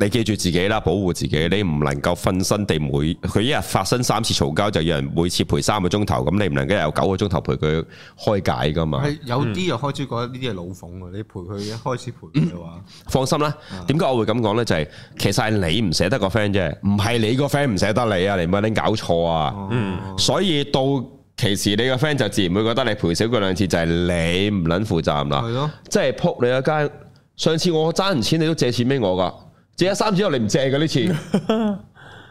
Speaker 3: 你記住自己啦，保護自己。你唔能夠瞓身地每佢一日發生三次嘈交，就有人每次陪三個鐘頭，咁你唔能夠有九個鐘頭陪佢開解噶嘛？
Speaker 2: 係有啲又開始覺得呢啲係老馮啊！你陪佢一開始陪佢嘅話，
Speaker 3: 放心啦，點解我會咁講呢？就係、其實係你唔捨得個 friend 啫，唔係你個 friend 唔捨得你啊！你唔好拎搞錯啊！
Speaker 2: 嗯，
Speaker 3: 所以到其時你個 friend 就自然會覺得你賠少佢兩次，就係、你唔撚負責任啦
Speaker 2: 係。咯，
Speaker 3: 即係撲你一間，上次我爭人錢，你都借錢俾我噶，借咗三次之後你唔借嘅呢 次。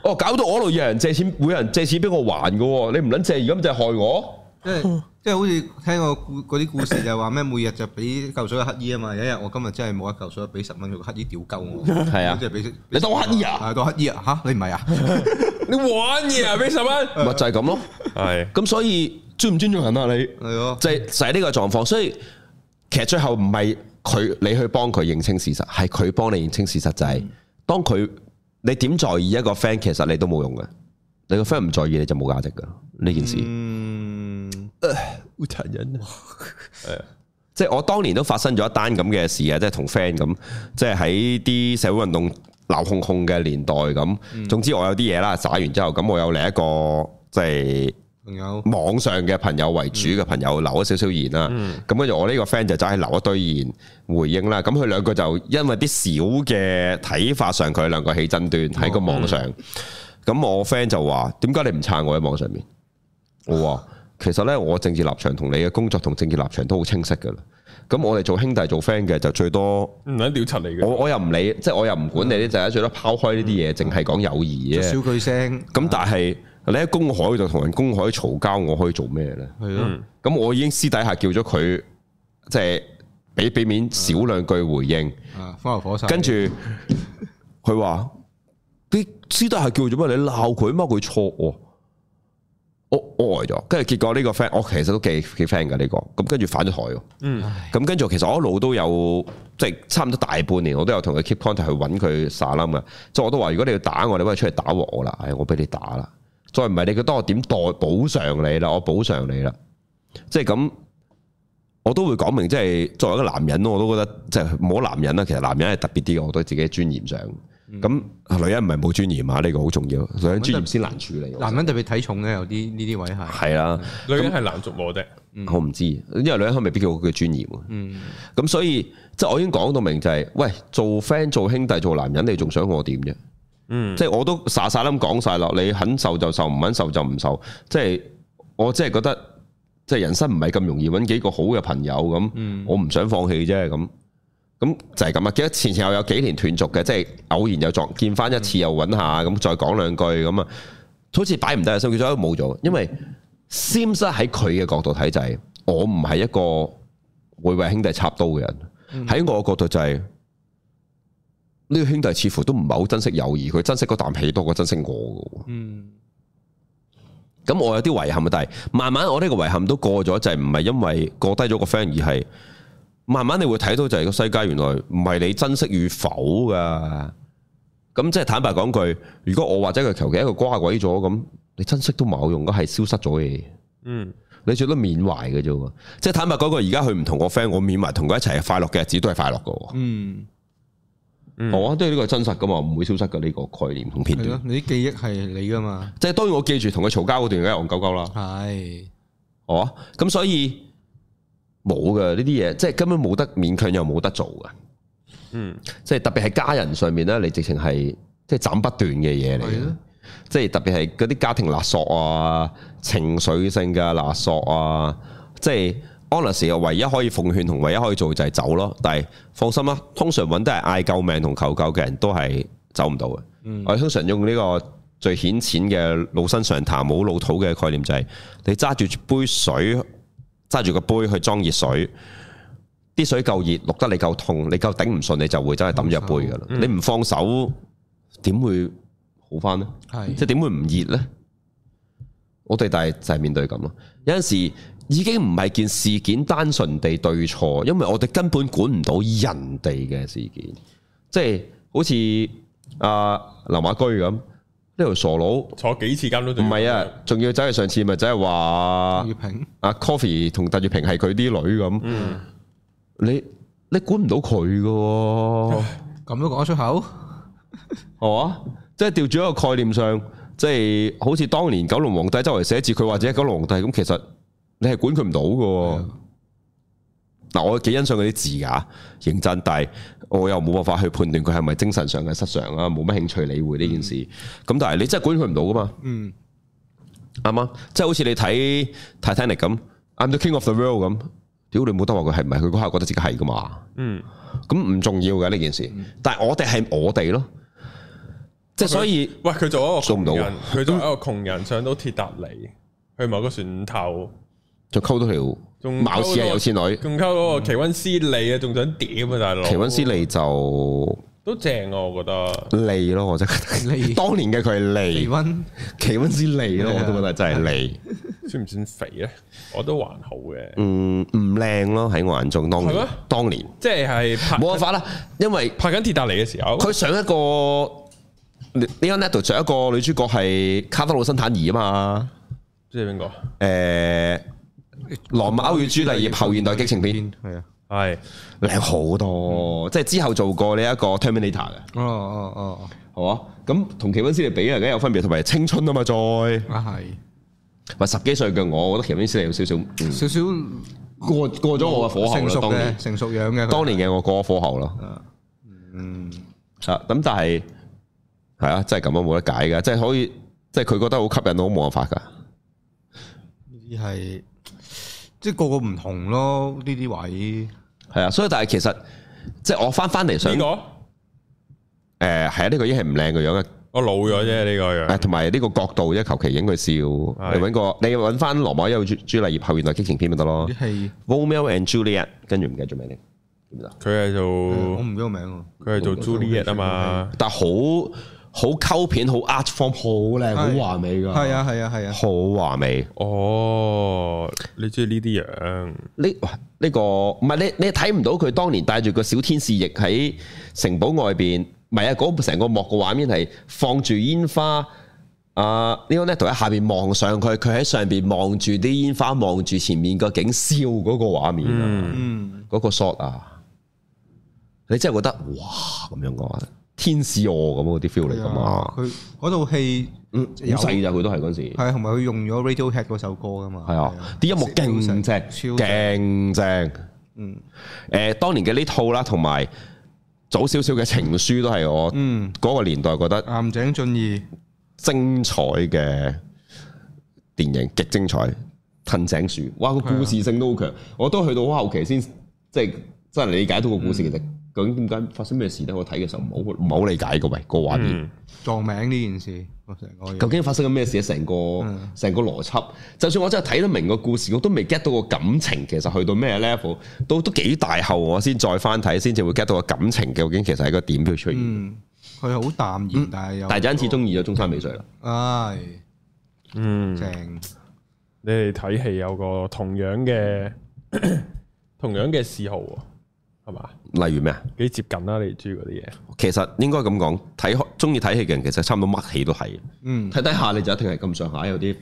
Speaker 3: 哦，搞到我度有人借錢，每人借錢俾我還嘅喎，你唔撚借，而家咪就係害我。
Speaker 2: 即係即係好似聽過故嗰啲故事就係話咩，每日就俾嚿水乞衣啊嘛，有一日我今日真係冇一嚿水，俾十蚊佢個乞衣屌鳩我，
Speaker 3: 係啊
Speaker 2: 即係俾
Speaker 3: 你當我乞衣 啊
Speaker 2: 係當乞衣啊嚇，你唔係啊？
Speaker 1: 你玩嘢啊？俾十 蚊？
Speaker 3: 咪就係咁咯。
Speaker 1: 係
Speaker 3: 咁所以尊唔尊重人啊你？
Speaker 2: 係咯，
Speaker 3: 就係就係呢個狀況，所以其實最後唔係佢你去幫佢認清事實，係佢幫你認清事實就係、當佢你點在意一個 friend，其實你都冇用嘅。你個 friend 唔在意你就冇價值噶呢件事。
Speaker 2: 嗯，
Speaker 1: 好殘忍啊！
Speaker 3: 即 係我當年都發生咗一單咁嘅事啊，即係同 friend 咁，即係喺啲社會運動鬧哄哄嘅年代咁。總之我有啲嘢啦，耍完之後咁，我有另一個即係。
Speaker 2: 仲有
Speaker 3: 網上嘅朋友為主嘅朋友留咗少少言啦，咁跟住我呢個 friend 就走去留一堆言回應啦，咁佢兩個就因為啲小嘅睇法上，佢兩個起爭端喺個網上，咁我 friend 就話：點解你唔撐我喺網上面？我話其實呢，我政治立場同你嘅工作同政治立場都好清晰噶啦，咁我哋做兄弟做 friend 嘅就最多，
Speaker 1: 唔撚屌柒你
Speaker 3: 我
Speaker 1: 嘅。
Speaker 3: 我又唔理，即係我又唔管你啲，就係最多拋開呢啲嘢，淨係講友誼
Speaker 2: 少
Speaker 3: 啫。
Speaker 2: 句聲，
Speaker 3: 咁但係你喺公海度同人公海嘈交，我可以做咩呢？
Speaker 2: 係咯，
Speaker 3: 咁我已經私底下叫咗佢，即係俾俾面少兩句回應，
Speaker 2: 啊，風流火勢，
Speaker 3: 跟住佢話：你私底下叫做咩？你鬧佢乜？佢錯喎。我我呆咗，跟住結果呢個 friend，我其實都幾幾 friend 㗎呢個，咁跟住反咗台喎。
Speaker 1: 嗯，
Speaker 3: 咁跟住其實我一路都有，即係差唔多大半年，我都有同佢 keep contact 去揾佢撒冧嘅。即係我都話，如果你要打我，你不如出嚟打鑊我啦。唉，我俾你打啦。再唔係你覺得我點代補償你啦？我補償你啦。即係咁，我都會講明，即係作為一個男人，我都覺得即係冇男人啦。其實男人係特別啲嘅，我對自己嘅尊嚴上。咁、女人唔係冇尊嚴啊，呢、個好重要。女人尊嚴先難處理。
Speaker 2: 男人特別睇重嘅，有啲呢啲位係，
Speaker 3: 係啦。
Speaker 1: 女人係難捉摸啫。
Speaker 3: 我唔知，因為女人未必叫佢專業喎。
Speaker 2: 嗯
Speaker 3: 咁所以即係我已經講到明就係、喂，做 friend 做兄弟做男人，你仲想我點啫？
Speaker 1: 嗯，
Speaker 3: 即係我都傻傻咁講晒落，你肯受就受，唔肯受就唔受。即係我即係覺得，即係人生唔係咁容易揾幾個好嘅朋友咁，
Speaker 2: 嗯
Speaker 3: 我唔想放棄啫咁。咁就係咁啊！記得前前後有幾年斷續嘅，即係偶然又撞見翻一次又揾下，咁再講兩句咁啊，好似擺唔低嘅心，結咗冇咗。因為 Sims 咧喺佢嘅角度睇就係、我唔係一個會為兄弟插刀嘅人，喺、我嘅角度就係、呢個兄弟似乎都唔係好珍惜友誼，佢珍惜嗰啖氣多過珍惜我嘅喎。
Speaker 2: 嗯，
Speaker 3: 咁我有啲遺憾啊，但係慢慢我呢個遺憾都過咗，就係唔係因為過低咗個 friend，而係慢慢你會睇到就係個世界原來唔係你珍惜與否噶。咁即係坦白講句，如果我或者佢求其一個瓜鬼咗咁，你珍惜都冇用，嗰係消失咗嘅嘢。
Speaker 1: 嗯，
Speaker 3: 你最多緬懷嘅啫喎。即係坦白講句，而家佢唔同我 friend，我緬懷同佢一齊嘅快樂嘅日子都係快樂嘅。
Speaker 2: 嗯，
Speaker 1: 嗯
Speaker 3: 我覺得呢個係真實噶嘛，唔會消失嘅呢個概念同片
Speaker 2: 係
Speaker 3: 段
Speaker 2: 咯。，你啲記憶係你噶嘛，
Speaker 3: 即係當然我記住同佢嘈交嗰段梗係戇鳩鳩啦，
Speaker 2: 係，
Speaker 3: 係嘛？哦咁所以冇嘅呢啲嘢，即係根本冇得勉強又冇得做嘅。
Speaker 1: 嗯，
Speaker 3: 即係特別係家人上面咧，你直情係即係斬不斷嘅嘢嚟
Speaker 2: 係
Speaker 3: 嘅
Speaker 2: 咯。
Speaker 3: 即係特別係嗰啲家庭勒索啊、情緒性嘅勒索啊，即係 honest 唯一可以奉勸同唯一可以做就係走咯。但係放心啦，通常揾得係嗌救命同求救嘅人都係走唔到嘅。我哋通常用呢個最顯淺嘅老生常談、冇老土嘅概念就係、你揸住杯水，揸住個杯去裝熱水。啲水夠熱，淥得你夠痛，你夠頂唔順，你就會真係抌咗一杯噶啦。
Speaker 1: 嗯
Speaker 3: 你唔放手，點會好翻呢？
Speaker 2: 係
Speaker 3: 即係點會唔熱呢？我哋但係就係面對咁咯。有陣時已經唔係件事件單純地對錯，因為我哋根本管唔到人哋嘅事件，即係好似阿劉馬居咁呢條傻佬，唔
Speaker 1: 坐幾次監都仲要
Speaker 3: 係啊，仲要走去上次咪真係話
Speaker 2: 要平
Speaker 3: 阿啊 Coffee 同鄧月平係佢啲女咁，你你管唔到佢噶喎。
Speaker 2: 咁都講得出口，
Speaker 3: 係嘛？即係調轉一個概念上，即係好似當年九龍皇帝周圍寫字，佢或者九龍皇帝咁，其實你係管佢唔到嘅喎。嗱，我幾欣賞佢啲字㗎，認真，但係我又冇辦法去判斷佢係咪精神上嘅失常啊，冇乜興趣理會呢件事。咁、但係你真係管佢唔到噶嘛？
Speaker 2: 嗯，
Speaker 3: 啱啊！即係好似你睇 Titanic 咁，I'm the king of the world 咁，屌你冇得話佢係唔係，佢嗰下覺得自己係噶嘛？
Speaker 1: 嗯，
Speaker 3: 咁唔重要嘅呢件事，但係我哋係我哋咯，即係所以。
Speaker 1: 喂，佢做一個
Speaker 3: 做唔到
Speaker 1: 窮
Speaker 3: 啊
Speaker 1: 人，佢做一個窮人上到鐵達尼，去某個船頭，
Speaker 3: 仲溝到條
Speaker 1: 仲
Speaker 3: 貌似
Speaker 1: 溝
Speaker 3: 係
Speaker 1: 到
Speaker 3: 有錢女，
Speaker 1: 仲溝嗰個奇温斯利啊，仲想點啊，大佬？
Speaker 3: 奇温斯利就
Speaker 1: 都正啊，我覺得。
Speaker 3: 利咯，我真係覺
Speaker 2: 利
Speaker 3: 得。 當年嘅佢係
Speaker 2: 氣
Speaker 3: 利，
Speaker 2: 温
Speaker 3: 奇温斯利咯，我都覺得真係利。
Speaker 1: 算唔算肥咧？我都還好嘅，
Speaker 3: 嗯，唔靚咯，喺我眼中當
Speaker 1: 係
Speaker 3: 年
Speaker 1: 咩，
Speaker 3: 當年
Speaker 1: 即係拍
Speaker 3: 冇辦法啦，因為
Speaker 1: 拍緊鐵達尼嘅時候，
Speaker 3: 佢上一個 Leon Neto 上一個女主角係卡德魯辛坦兒啊嘛，
Speaker 1: 即係邊個？
Speaker 3: 誒，羅密歐與朱麗葉後現代激情片
Speaker 2: 係啊，
Speaker 1: 係
Speaker 3: 靚好多，即係之後做過呢一個 Terminator 嘅。
Speaker 2: 哦哦哦
Speaker 3: 係嘛？咁同奇温斯利比啊，梗係有分別，同埋青春啊嘛，再
Speaker 2: 哦，啊係，
Speaker 3: 咪十幾歲嘅我，我覺得奇温斯利有少少、嗯、
Speaker 2: 少少
Speaker 3: 過過咗我嘅火候
Speaker 2: 成
Speaker 3: 啦。
Speaker 2: 熟
Speaker 3: 當
Speaker 2: 嘅
Speaker 3: 年
Speaker 2: 成熟樣嘅佢，
Speaker 3: 當年嘅我過咗火候咯。
Speaker 2: Ờ.
Speaker 3: 啊，咁但係係啊，真係咁啊，冇得解㗎，即係可以，即係佢覺得好吸引，我冇辦法㗎。
Speaker 2: 呢啲係即係個個唔同咯，呢啲位
Speaker 3: 係啊，所以但係其實即係我翻翻嚟想
Speaker 1: 邊
Speaker 3: 誒
Speaker 1: 個？
Speaker 3: 係啊，呢個已經係唔靚嘅樣嘅，
Speaker 1: 我老咗啫，呢個
Speaker 3: 誒
Speaker 1: 樣。
Speaker 3: 同埋呢個角度啫，求其影佢笑，
Speaker 1: 係
Speaker 3: 你揾個你揾翻羅馬有朱朱麗葉後現代激情片咪得咯
Speaker 2: 啲戲
Speaker 3: Romeo and Juliet，跟住唔記得咗咩添，記唔記得？
Speaker 1: 佢係
Speaker 2: 我
Speaker 1: 做
Speaker 2: 唔記得個名喎。
Speaker 1: 佢係做 Juliet 啊嘛，
Speaker 3: 但好好溝片，好 art form，好靚，
Speaker 2: 係
Speaker 3: 好華美㗎，
Speaker 2: 係啊係啊係啊，
Speaker 3: 好華美。
Speaker 1: 哦，你中意呢啲樣？
Speaker 3: 呢哇呢個唔係你你睇唔到佢當年帶住個小天使翼喺城堡外邊，唔係啊！嗰成個幕嘅畫面係放住煙花。啊！呢個 n e t 喺下邊望上佢，佢喺上邊望住啲煙花，望住前面個景燒嗰個畫面啊，
Speaker 2: 嗯，
Speaker 3: 嗰、個 shot 啊，你真係覺得哇咁樣講，天使我咁嗰啲 feel 嚟
Speaker 2: à.
Speaker 3: 㗎嘛？
Speaker 2: 佢嗰套戲
Speaker 3: 嗯，好細咋佢都係嗰陣時。
Speaker 2: 係同埋佢用咗 Radiohead 嗰首歌噶嘛，
Speaker 3: 系啊，啲音樂勁
Speaker 2: 超正
Speaker 3: 正，勁正。
Speaker 2: 嗯
Speaker 3: 誒，當年嘅呢套啦，同埋早少少嘅情書都係我
Speaker 2: 嗯，
Speaker 3: 嗰個年代覺得
Speaker 2: 岩井俊二
Speaker 3: 精彩嘅電影，極精彩。藤井樹，哇，
Speaker 2: 啊
Speaker 3: 個故事性都好強。我都去到好後期先，即係真係理解到個故事其實究竟點解發生咩事咧？我睇嘅時候唔好唔好理解個喂個畫面。
Speaker 1: 嗯，
Speaker 2: 撞名呢件事，我成個嘢
Speaker 3: 究竟發生緊咩事啊？成個成個邏輯，就算我真係睇得明個故事，我都未 get 到個感情其實去到咩 level，到都幾大後我先再翻睇，先至會 get 到個感情究竟其實係個點去出現。
Speaker 2: 嗯，佢好淡然，但係又
Speaker 3: 但係有陣時中意咗中山美穗啦，
Speaker 2: 唉
Speaker 1: 嗯，
Speaker 2: 正
Speaker 1: 你哋睇戲有個同樣嘅 同樣嘅嗜好喎，係嘛？
Speaker 3: 例如咩啊？
Speaker 1: 幾接近啦，你哋中意嗰啲嘢。
Speaker 3: 其實應該咁講，睇開中意睇戲嘅人其實差唔多乜戲都睇，
Speaker 2: 嗯，
Speaker 3: 睇睇下你就一定係咁上下有啲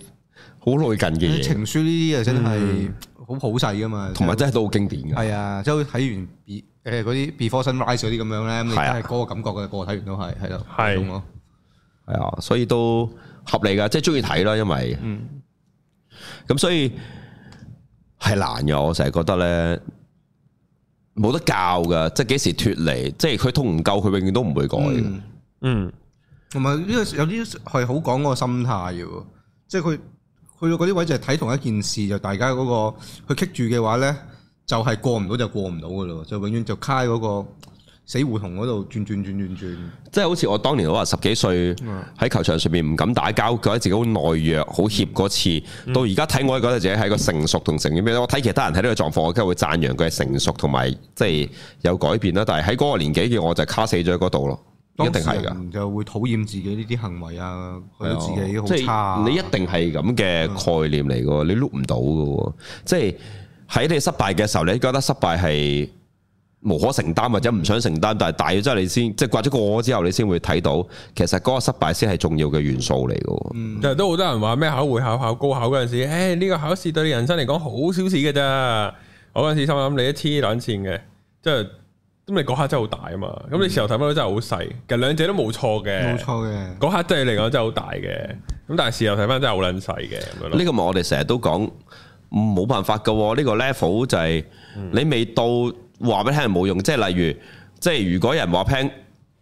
Speaker 3: 好耐近嘅嘢，
Speaker 2: 情書呢啲啊真係好普世噶嘛，
Speaker 3: 嗯同埋真係都好經典嘅。
Speaker 2: 係啊，即係好似睇完 B 誒嗰啲 Before Sunrise 嗰啲咁樣咧，咁你真
Speaker 3: 係啊
Speaker 2: 係嗰個感覺嘅，個個睇完都係係咯，
Speaker 1: 係
Speaker 2: 嗰種咯，
Speaker 3: 系啊，所以都合理噶，即係中意睇啦，因為咁、所以係難嘅。我成日覺得咧，冇得教噶，即係幾時脱離，即係佢痛唔夠，佢永遠都唔會改嘅。
Speaker 2: 嗯
Speaker 1: 嗯，
Speaker 2: 同埋呢個有啲係好講嗰個心態嘅喎，即係佢去到嗰啲位就係睇同一件事，就大家嗰、個佢棘住嘅話咧，就係、過唔到就過唔到嘅咯，就永遠就卡喺嗰個死胡同嗰度轉轉轉轉轉，
Speaker 3: 即係好似我當年我話十幾歲喺球場上面唔敢打交，覺得自己好懦弱、好怯嗰次，到而家睇我覺得自己係一個成熟同成長咩？我睇其他人睇呢個狀況，我梗係會讚揚佢係成熟同埋即係有改變啦。但係喺嗰個年紀嘅我就卡死咗喺嗰度咯，一定係㗎。
Speaker 2: 㗎，就會討厭自己呢啲行為啊，覺得自己好
Speaker 3: 即
Speaker 2: 差啊。嗯
Speaker 3: 係你一定係咁嘅概念嚟嘅喎，你碌唔到嘅喎。即係喺你失敗嘅時候，你覺得失敗係無可承擔或者唔想承擔，但係大咗之後你先即係掛咗個我之後，你先會睇到其實嗰個失敗先係重要嘅元素嚟嘅喎。
Speaker 2: 嗯
Speaker 1: 其實都好多人話咩考會考考高考嗰陣時，誒呢個考試對你人生嚟講好小事嘅咋。我嗰陣時心諗你一黐撚線嘅，即係咁你嗰刻真係好大啊嘛。咁你事後睇翻都真係好細，其實兩者都冇錯
Speaker 2: 冇
Speaker 1: 嘅。
Speaker 2: 錯嘅，
Speaker 1: 嗰刻真係嚟講真係好大嘅，咁但係事後睇翻真係好撚細嘅咁樣咯
Speaker 3: 呢。個咪我哋成日都講冇辦法㗎喎，呢、個 level 就係
Speaker 2: 嗯
Speaker 3: 你未到話俾聽人冇用，即係例如，即係如果有人話聽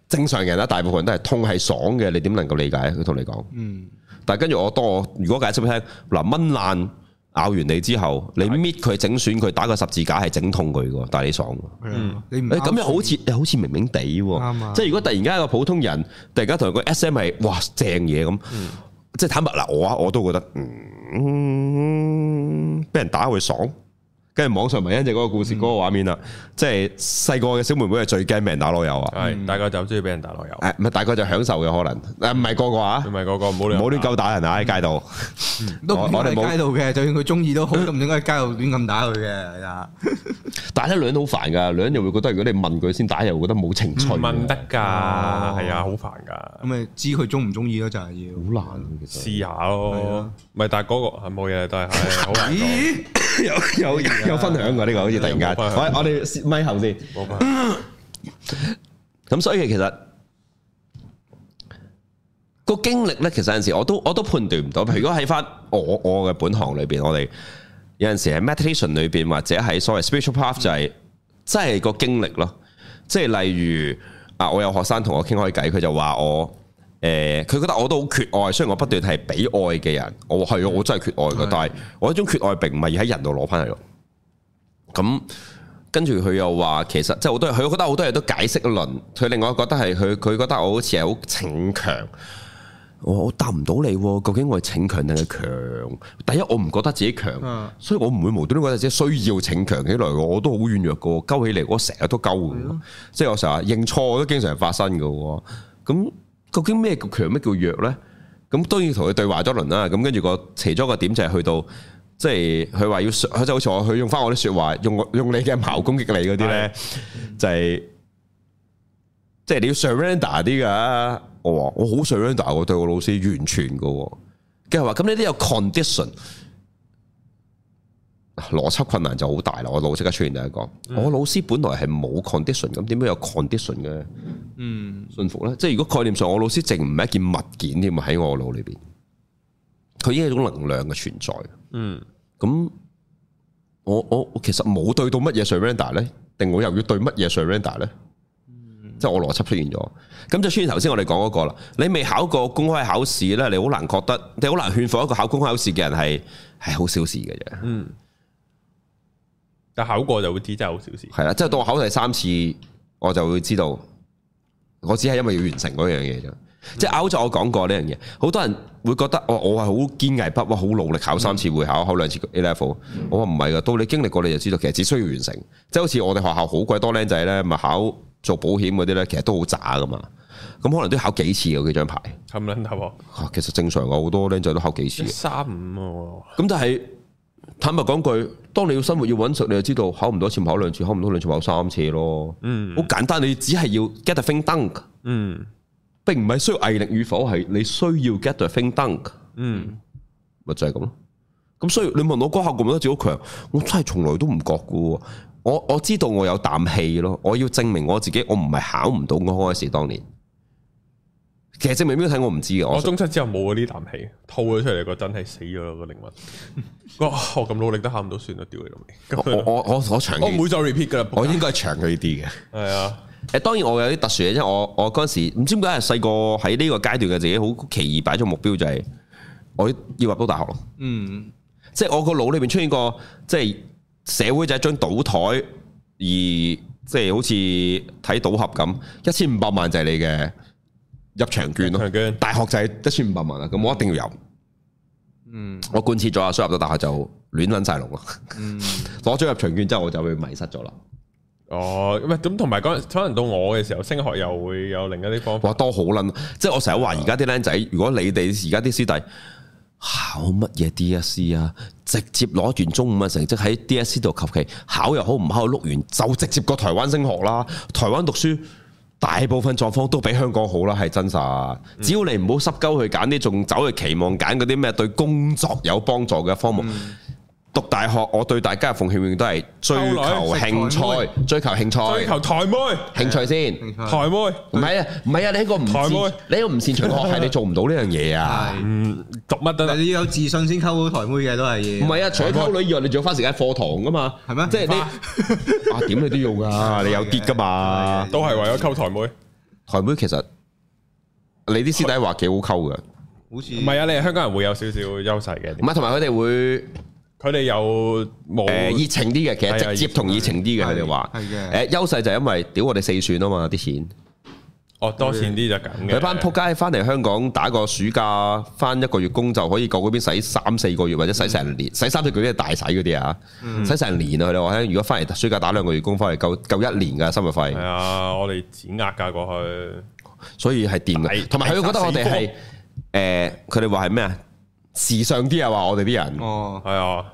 Speaker 3: 正常人啦，啊大部分人都係痛係爽嘅，你點能夠理解？佢同你講，
Speaker 2: 嗯，
Speaker 3: 但係跟住我當我如果解釋俾你聽，嗱蚊爛咬完你之後，你搣佢整損佢，打個十字架係整痛佢喎，但係你爽喎。
Speaker 2: 係啊你唔
Speaker 3: 嗯誒
Speaker 2: 嗯
Speaker 3: 咁
Speaker 2: 啱
Speaker 3: 又好似又好似明明地
Speaker 2: 啱啊
Speaker 3: 喎，即係如果突然間一個普通人，突然間同佢個 S M 係哇正嘢咁，
Speaker 2: 嗯
Speaker 3: 即係坦白嗱，我啊我都覺得嗯，俾人打會爽。跟住網上咪因就嗰個故事嗰個畫面
Speaker 2: 嗯
Speaker 3: 啦，即係細個嘅小妹妹係最驚俾人打老友啊，
Speaker 1: 係，大家就中意俾人打落油，
Speaker 3: 誒唔係大概就享受嘅可能，誒唔係個個啊
Speaker 1: 唔，係嗰個唔好
Speaker 3: 唔
Speaker 1: 亂
Speaker 3: 好亂鳩打人啊喺街度，
Speaker 2: 都唔
Speaker 3: 我
Speaker 2: 應
Speaker 3: 我
Speaker 2: 該
Speaker 3: 哋冇
Speaker 2: 喺街度 嘅，就算佢中意都好，都唔應該喺街度亂咁打佢嘅，係啊啦。
Speaker 3: 但係咧女人好煩㗎，女人又會覺得如果你問佢先打，又覺得冇情趣，
Speaker 1: 問得㗎，係
Speaker 2: 哦
Speaker 1: 啊，好煩㗎。
Speaker 2: 咁咪知佢中唔中意咯，就係 要。
Speaker 3: 好難嘅其實。
Speaker 1: 試下咯，咪但係嗰個係啊冇嘢，但係係好難講。
Speaker 2: 咦？
Speaker 3: 有有有分享過呢個，好似突然間。
Speaker 1: 有分享
Speaker 3: 我我哋咪後先。
Speaker 1: 冇辦法
Speaker 3: 咁所以其實個經歷呢，其實有陣時我都我都判斷唔到。譬如如果喺翻我我嘅本行裏邊，我哋有陣時喺 meditation 裏邊，或者喺所謂 spiritual path 就係真係個經歷咯。即係例如啊，我有學生同我傾開偈，佢就話我。誒，佢、覺得我都好缺愛，雖然我不斷係俾愛嘅人，我係啊我真係缺愛嘅，但係我一種缺愛並唔係要喺人度攞翻嚟咯。咁跟住佢又話，其實即係好多嘢，佢覺得好多嘢都解釋一輪。佢另外覺得係佢，佢覺得我好似係好逞強。我我答唔到你喎，究竟我係逞強定係強？第一，我唔覺得自己強，
Speaker 2: 嗯
Speaker 3: 所以我唔會無端端覺得自己需要逞強起來嘅。我都好軟弱嘅喎，鳩起嚟我成日都鳩嘅喎，即係我成日認錯我都經常發生嘅喎。咁究竟咩叫強，咩叫弱呢？咁當然同佢對話咗一輪啦。咁跟住個其中一個點就係去到，即係佢話要上，佢就好似我佢用翻我啲説話，用我用你嘅矛攻擊你嗰啲呢，就係、即係你要 surrender 啲噶。我話我好 surrender，我對我老師完全噶。跟住話咁呢啲有 condition，邏輯困難就好大啦。我腦即刻出現第一個，我老師本來係冇 condition，咁點解有 condition 嘅
Speaker 2: 嗯，
Speaker 3: 信服呢？即係如果概念上，我老師淨唔係一件物件添啊，喺我腦裏邊，佢已經係一種能量嘅存在。
Speaker 1: 嗯，
Speaker 3: 咁我我我其實冇對到乜嘢 surrender 咧，定我又要對乜嘢 surrender 咧？即係我邏輯出現咗，咁就出現頭先我哋講嗰個啦。你未考過公開考試咧，你好難覺得，你好難勸服一個考公開考試嘅人係係好小事嘅啫。
Speaker 1: 但考過就會知真係好小事。
Speaker 3: 係啦，即係到我考第三次，我就會知道，我只係因為要完成嗰樣嘢啫。即係歐洲我講過呢樣嘢，好多人會覺得我我係好堅毅不屈，好努力考三次會考，考兩次 A level。我話唔係噶，到你經歷過你就知道，其實只需要完成。即係好似我哋學校好鬼多僆仔呢，咪考做保險嗰啲呢，其實都好渣噶嘛。咁可能都要考幾次嘅幾張牌，
Speaker 1: 冚撚頭喎，
Speaker 3: 啊其實正常嘅好多僆仔都考幾次
Speaker 1: 一
Speaker 3: 嘅。
Speaker 1: 三五啊喎，
Speaker 3: 咁但係坦白講句，當你要生活要揾食，你就知道考唔到一次咪考兩次，考唔到兩次咪考三次咯。
Speaker 1: 嗯
Speaker 3: 好簡單，你只係要 get the thing done，
Speaker 1: 嗯
Speaker 3: 並唔係需要毅力與否，係你需要 get the thing done，
Speaker 1: 嗯，
Speaker 3: 咪就係咁咯。咁所以你問我嗰下覺唔覺得自己好強，我真係從來都唔覺噶喎。我我知道我有啖氣咯，我要證明我自己，我唔係考唔到我開始當年。其實證明俾佢睇，我唔知嘅。
Speaker 1: 我
Speaker 3: 我
Speaker 1: 中七之後冇咗呢啖氣，吐咗出嚟個真係死咗啦個靈魂。 我我咁努力都考唔到，算啦，屌你老味。咁
Speaker 3: 我我我我長
Speaker 1: 我唔
Speaker 3: 期，
Speaker 1: 會再 repeat 噶啦，
Speaker 3: 我應該係長佢啲嘅。
Speaker 1: 係啊，
Speaker 3: 誒當然我有啲特殊嘅，因為我我嗰陣時唔知點解係細個喺呢個階段嘅自己好奇異擺咗目標就係、我要入到大學咯，
Speaker 2: 嗯，
Speaker 3: 即係我個腦裏面出現過即係社會就係一張賭台，而即係好似睇賭俠咁，一千五百萬就係你嘅入場券咯
Speaker 1: 強。娟
Speaker 3: 大學就係一千五百萬啦，咁我一定要有。
Speaker 2: 嗯
Speaker 3: 我貫徹咗啊，所以入到大學就亂撚晒龍啦。
Speaker 2: 嗯，
Speaker 3: 攞咗入場券之後，我就會迷失咗啦。
Speaker 1: 哦，喂咁同埋嗰陣可能到我嘅時候，升學又會有另一啲方法。
Speaker 3: 哇，多好撚！啊即係我成日話而家啲僆仔，如果你哋而家啲師弟考乜嘢 DSE 啊，直接攞完中五嘅成績喺 DSE 度求其考又好，唔考碌完就直接過台灣升學啦。台灣讀書大部分狀況都比香港好啦，係真實。只要你唔好濕鳩去揀啲，仲走去期望揀嗰啲咩對工作有幫助嘅科目。讀大學，我對大家嘅奉勸永遠都係追
Speaker 1: 溝女
Speaker 3: 求興
Speaker 2: 食台
Speaker 3: 趣，追求興
Speaker 1: 追
Speaker 3: 趣，
Speaker 1: 求台妹，
Speaker 3: 興趣先。
Speaker 2: 明白
Speaker 1: 台妹，
Speaker 3: 唔係啊，唔係啊，你一個唔
Speaker 1: 台
Speaker 3: 擅
Speaker 1: 妹，
Speaker 3: 你一個唔擅長學系，你做唔到呢樣嘢啊！
Speaker 2: 係
Speaker 1: 嗯，讀乜都
Speaker 2: 但
Speaker 1: 得
Speaker 2: 係。你要有自信先溝到台妹嘅，都係要。
Speaker 3: 唔係啊，除咗溝女以外，你仲要花時間喺課堂噶嘛？
Speaker 2: 係咩
Speaker 3: 即係你 啊，點你都要噶，你有結噶嘛？
Speaker 1: 都係為啊咗溝台妹，唔
Speaker 3: 台妹其實你啲師弟話幾好溝嘅，
Speaker 2: 好似
Speaker 1: 係啊！你係香港人會有少少優勢嘅
Speaker 3: 唔，係同埋佢哋會
Speaker 1: 佢哋又冇
Speaker 3: 誒熱情啲嘅，其
Speaker 1: 係啊
Speaker 3: 實直接同熱情啲嘅佢哋話
Speaker 2: 係嘅
Speaker 3: 誒優勢就係因為屌我哋四選啊嘛啲錢。
Speaker 1: 哦多錢啲就咁嘅。
Speaker 3: 佢班仆街翻嚟香港打個暑假，翻一個月工就可以夠嗰邊使三四個月，或者使成年，使三四個月都係大使嗰啲啊，使成年啊！佢哋話聽，如果翻嚟暑假打兩個月工，翻嚟夠夠一年㗎生活
Speaker 1: 係
Speaker 3: 費，
Speaker 1: 啊，我哋剪壓㗎過去，
Speaker 3: 所以係掂
Speaker 1: 係
Speaker 3: 嘅。同埋佢覺得我哋係誒，佢哋話係咩啊？時尚啲啊，話我哋啲人，
Speaker 2: 哦，
Speaker 1: 係啊，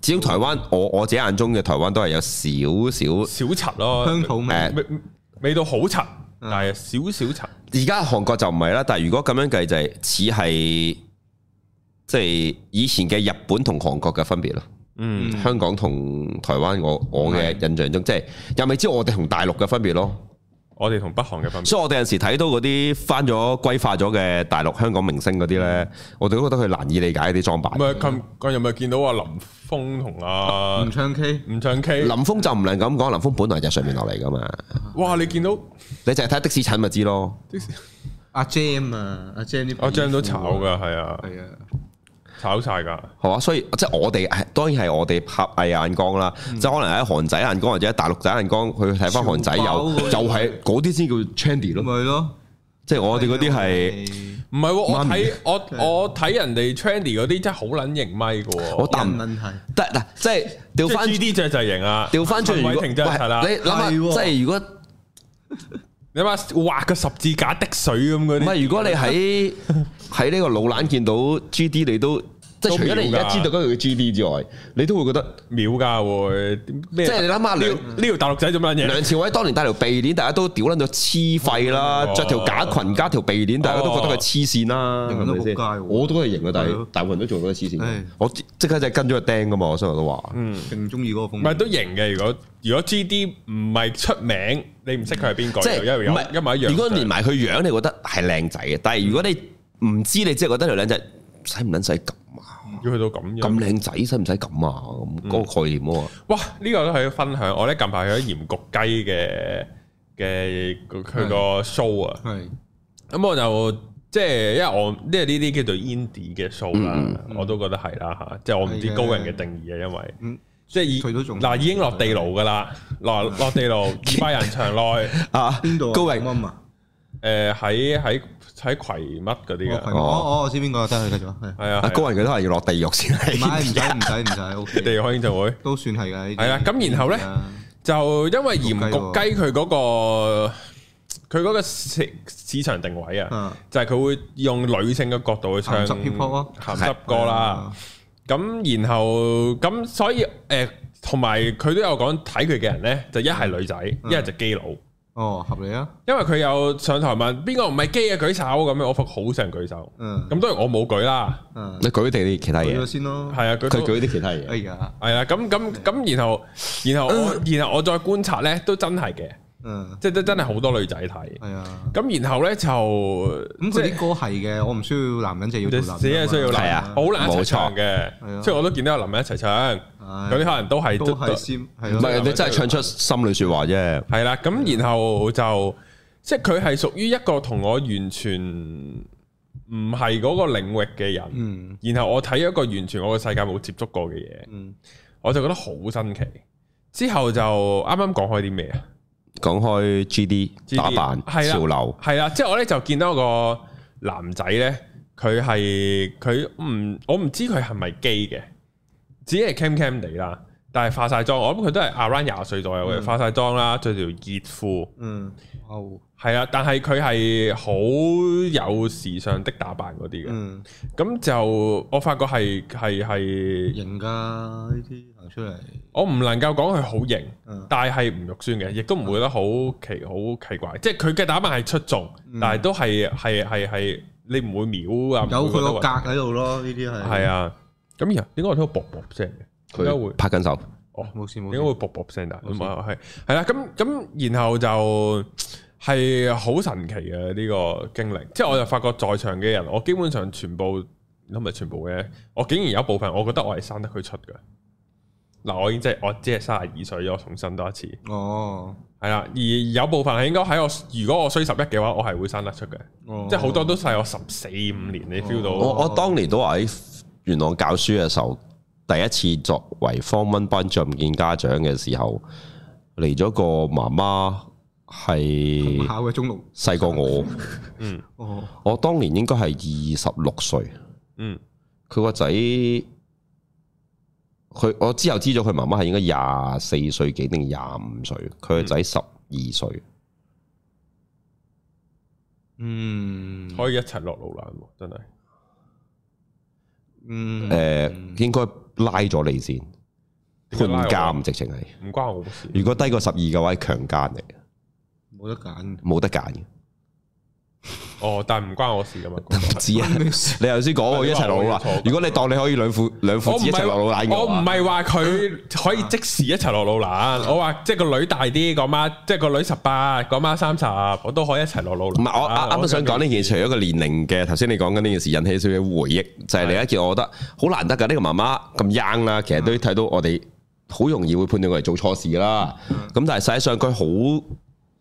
Speaker 3: 至少台灣，我我自己眼中嘅台灣都係有少少。
Speaker 1: 小柒咯，
Speaker 2: 香土味
Speaker 3: 誒
Speaker 1: 未未到好柒，
Speaker 3: 嗯
Speaker 1: 但係少少柒。
Speaker 3: 而家韓國就唔係啦，但係如果咁樣計就係似係即係以前嘅日本同韓國嘅分別咯。
Speaker 1: 嗯，
Speaker 3: 香港同台灣我我嘅印象中，即係又未知我哋同大陸嘅分別咯。
Speaker 1: 我哋同北韓嘅分別，
Speaker 3: 所以我哋有時睇到嗰啲翻咗歸化咗嘅大陸香港明星嗰啲呢，我哋都覺得佢難以理解啲裝扮
Speaker 1: 唔。係近近日咪見到阿林峰同阿
Speaker 2: 唔唱 K，
Speaker 1: 吳唱 K，
Speaker 3: 林峰就唔能咁講，林峰本來就係上面落嚟噶嘛，
Speaker 1: 哇！你見到哦
Speaker 3: 你就係睇的士陳咪知咯。
Speaker 2: 阿 Jam 啊，阿 Jam 啲
Speaker 1: 阿 Jam 都炒，
Speaker 3: 嗯
Speaker 1: 㗎，係啊，
Speaker 2: 係啊，
Speaker 1: 炒晒㗎。
Speaker 3: 係嘛？所以即係我哋係當然係我哋狹隘眼光啦，即係可能喺韓仔眼光或者喺大陸仔眼光去睇翻韓仔又
Speaker 2: 潮爆嗰啲
Speaker 3: 又係嗰啲先叫 trendy 咯，
Speaker 2: 咪咯，
Speaker 3: 即係我哋嗰啲係。
Speaker 2: 係
Speaker 1: 唔係喎，我
Speaker 3: 媽咪
Speaker 1: 睇我我睇人哋 trendy 嗰啲真係好撚型咪嘅
Speaker 3: 我
Speaker 1: 喎，
Speaker 3: 答
Speaker 2: 人
Speaker 3: 唔
Speaker 2: 問題，
Speaker 3: 得嗱，即係調
Speaker 1: 即係
Speaker 3: 翻
Speaker 1: G D 隻就係型啊，
Speaker 3: 調翻轉，
Speaker 1: 陳
Speaker 3: 如
Speaker 1: 偉
Speaker 3: 果
Speaker 1: 霆真係係啦，
Speaker 3: 喂你諗
Speaker 2: 係
Speaker 3: 下，
Speaker 2: 喎
Speaker 3: 即係如果
Speaker 1: 你諗下畫個十字架滴水咁嗰
Speaker 3: 唔
Speaker 1: 啲，
Speaker 3: 係如果你喺喺呢個老懶見到 G D，你都即係除咗你而家知道嗰條 G D 之外，你都會覺得
Speaker 1: 秒㗎會咩？啊
Speaker 3: 即係你諗下
Speaker 1: 呢
Speaker 3: 梁
Speaker 1: 呢條大陸仔做乜嘢？
Speaker 3: 梁朝偉當年戴條鼻鏈，大家都屌撚到黐肺啦
Speaker 1: 哦，
Speaker 3: 着條假裙加條鼻鏈，大家都覺得佢黐線啦，
Speaker 2: 型
Speaker 3: 係
Speaker 2: 到
Speaker 3: 咪
Speaker 2: 仆街喎
Speaker 3: 先？我都係型嘅，啊但
Speaker 2: 係
Speaker 3: 係
Speaker 2: 咯
Speaker 3: 大部分都做到黐線
Speaker 2: 唉。
Speaker 3: 我即即刻就係跟咗個釘噶嘛，我所以我都話
Speaker 1: 嗯
Speaker 2: 勁中意嗰個
Speaker 1: 唔係
Speaker 2: 風格，
Speaker 1: 都型嘅，如果如果 G D 唔係出名，你唔識佢係邊個，
Speaker 3: 即係
Speaker 1: 因為有
Speaker 3: 唔
Speaker 1: 一模一樣。
Speaker 3: 如果連埋佢樣，你覺得係靚仔嘅，但係如果你唔知，你即係覺得條靚仔使唔撚使咁啊？
Speaker 1: 要去到咁樣
Speaker 3: 咁靚仔使唔使咁啊？咁嗰個概念啊喎，
Speaker 1: 哇！呢、個都係分享。我咧近排去咗鹽焗雞嘅嘅佢
Speaker 3: 嗯
Speaker 1: 佢個 show 啊，
Speaker 2: 係
Speaker 1: 咁我就即係因為我即係呢啲叫做 indie 嘅 show 啦，
Speaker 3: 嗯
Speaker 1: 我都覺得係啦嚇。即係我唔知
Speaker 2: 係嘅
Speaker 1: 高人嘅定義啊，因為
Speaker 2: 嗯
Speaker 1: 即係已
Speaker 2: 佢都仲
Speaker 1: 嗱已經落地牢噶啦，落
Speaker 3: 嗯
Speaker 1: 落地 牢二百人場內，
Speaker 3: 啊
Speaker 2: 邊度啊？
Speaker 3: 高榮
Speaker 2: 乜啊？
Speaker 1: 誒喺喺喺葵乜嗰啲
Speaker 2: 我
Speaker 1: 嘅，
Speaker 2: 朋友哦，我知邊個，得佢繼續啊， 係
Speaker 1: 係啊
Speaker 3: 啊，，高人佢都係要落地獄
Speaker 2: 唔
Speaker 3: 先
Speaker 2: 係唔
Speaker 3: 係。
Speaker 2: 使唔使唔使，O
Speaker 1: 地
Speaker 2: K，
Speaker 1: 獄開演唱會。
Speaker 2: 都算係㗎呢啲。嗯啊
Speaker 1: 係啦咁然後呢就因為鹽焗雞佢嗰個佢嗰個市市場定位啊，
Speaker 2: 啊，
Speaker 1: 就係佢會用女性嘅角度去唱
Speaker 2: 鹹濕 hip hop 啊咯
Speaker 1: 鹹濕歌啦。咁然後咁所以誒，同埋佢都有講睇佢嘅人咧，就一係女仔，
Speaker 2: 嗯
Speaker 1: 一係就基佬。
Speaker 2: 哦，合理啊，
Speaker 1: 因為佢有上台問邊個唔係基嘅舉手咁樣，我發好想舉手。
Speaker 2: 嗯，
Speaker 1: 咁當然我冇舉啦，
Speaker 2: 嗯，
Speaker 3: 你舉啲其他
Speaker 2: 舉咗
Speaker 3: 嘢，
Speaker 2: 先咯，
Speaker 1: 係啊，舉
Speaker 3: 佢
Speaker 1: 到
Speaker 3: 舉啲其他嘢。
Speaker 2: 哎呀，
Speaker 1: 係啊，咁咁咁，然後然後我然後我再觀察咧，都真係嘅，
Speaker 2: 嗯，
Speaker 1: 即係都真係好多女仔睇。
Speaker 2: 係啊，
Speaker 1: 咁然後咧就
Speaker 2: 咁
Speaker 1: 即
Speaker 2: 佢
Speaker 1: 係
Speaker 2: 啲歌係嘅，我唔需要男人就要
Speaker 1: 你
Speaker 2: 做
Speaker 1: 死
Speaker 2: 男人啊嘛，
Speaker 1: 係需要男
Speaker 3: 係
Speaker 1: 人，
Speaker 3: 啊
Speaker 1: 好難一齊
Speaker 3: 冇錯
Speaker 1: 唱
Speaker 2: 係
Speaker 1: 嘅。
Speaker 2: 啊
Speaker 1: 即係我都見到有男人一齊唱，
Speaker 2: 唉
Speaker 1: 有啲可能啊都係
Speaker 2: 都係先，係
Speaker 3: 唔
Speaker 2: 咯，
Speaker 3: 係人哋真係唱出心裏説話啫。
Speaker 1: 係啦，咁然後就即係佢係屬於一個同我完全唔係嗰個領域嘅人，
Speaker 2: 嗯
Speaker 1: 然後我睇一個完全我嘅世界冇接觸過嘅嘢，
Speaker 2: 嗯
Speaker 1: 我就覺得好新奇。之後就啱啱講開啲咩啊？
Speaker 3: 講開 G D
Speaker 1: GD
Speaker 3: 打扮
Speaker 1: 係啦
Speaker 3: 潮流，
Speaker 1: 係啦，之後我咧就見到個男仔咧，佢係佢唔，我唔知佢係咪基嘅，只係 cam cam 地啦，但係化晒妝，我諗佢都係 around 廿歲左右嘅，
Speaker 2: 嗯
Speaker 1: 化晒妝啦，着條熱褲，
Speaker 2: 嗯，哦，
Speaker 1: 係啊啦，但係佢係好有時尚的打扮嗰啲嘅，
Speaker 2: 嗯，
Speaker 1: 咁、就我發覺係係係，
Speaker 2: 型噶呢啲行出嚟，
Speaker 1: 我唔能夠講佢好型。
Speaker 2: 嗯，
Speaker 1: 但係唔肉酸嘅，亦都唔會覺得好奇好奇怪，即係佢嘅打扮係出眾，
Speaker 2: 嗯
Speaker 1: 但係都係係係係你唔會秒啊，
Speaker 2: 有佢個
Speaker 1: 個
Speaker 2: 格喺度咯，呢啲係，
Speaker 1: 係，啊。咁然後點解我聽到啵啵聲嘅？點解會
Speaker 3: 佢拍緊手，
Speaker 1: 哦？
Speaker 2: 冇事冇
Speaker 1: 點
Speaker 2: 事，
Speaker 1: 解會啵啵聲啊？
Speaker 2: 冇
Speaker 1: 咁
Speaker 2: 事
Speaker 1: 啊係係啦，咁咁然後就係好神奇嘅呢個經歷，即係我就發覺在場嘅人，我基本上全部都唔係全部嘅，我竟然有一部分我覺得我係生得佢出嘅。嗱，我已經即係我只係三十二歲，我重申多一次。
Speaker 2: 哦，
Speaker 1: 系啦，而有部分係應該喺我，如果我衰十一嘅話，我係會生得出嘅，
Speaker 2: 哦，
Speaker 1: 即係好多都細我十四五年，你 feel 到
Speaker 3: 我
Speaker 2: 哦
Speaker 3: 我當年都話喺元朗教書嘅時候，第一次作為 form one 班長唔見家長嘅時候，嚟咗個媽媽係
Speaker 2: 考嘅中六，
Speaker 3: 細過我，
Speaker 1: 嗯
Speaker 2: 哦，
Speaker 3: 我當年應該係二十六歲。
Speaker 1: 嗯
Speaker 3: 佢個仔，佢我之後知咗佢媽媽係應該廿四歲幾定廿五歲，佢個
Speaker 1: 嗯
Speaker 3: 仔十二歲，
Speaker 2: 嗯，
Speaker 1: 可以一齊落路啦，真係
Speaker 2: 嗯，
Speaker 3: 誒、應該拉咗你先
Speaker 1: 點解拉我啊
Speaker 3: 判監，直情係。
Speaker 1: 唔關我事。
Speaker 3: 如果低過十二嘅話，係強姦嚟，
Speaker 2: 冇得揀，
Speaker 3: 冇 得揀嘅。
Speaker 1: 哦，但係唔關我事 噶嘛，嗰個
Speaker 3: 唔知啊，你頭先講我一齊落老
Speaker 1: 你話我要，坐
Speaker 3: 奶如果你當你可以兩父兩
Speaker 1: 我
Speaker 3: 父
Speaker 1: 唔
Speaker 3: 子一齊
Speaker 1: 係
Speaker 3: 落老奶嘅話，
Speaker 1: 我唔係話佢可以即時一齊落路啦，我話 即係個女大啲，個媽即係個女十八，個媽三十，我都可以一齊落啊路
Speaker 3: 唔
Speaker 1: 啦。
Speaker 3: 啊係，我啱啱都想講呢件，除咗個年齡嘅，頭先你講緊呢件事引起少少回憶，就係另一件我覺得好難得㗎。呢個媽媽咁 young 啦，其實都睇到我哋好容易會判斷佢係做錯事啦。咁但係實際上佢好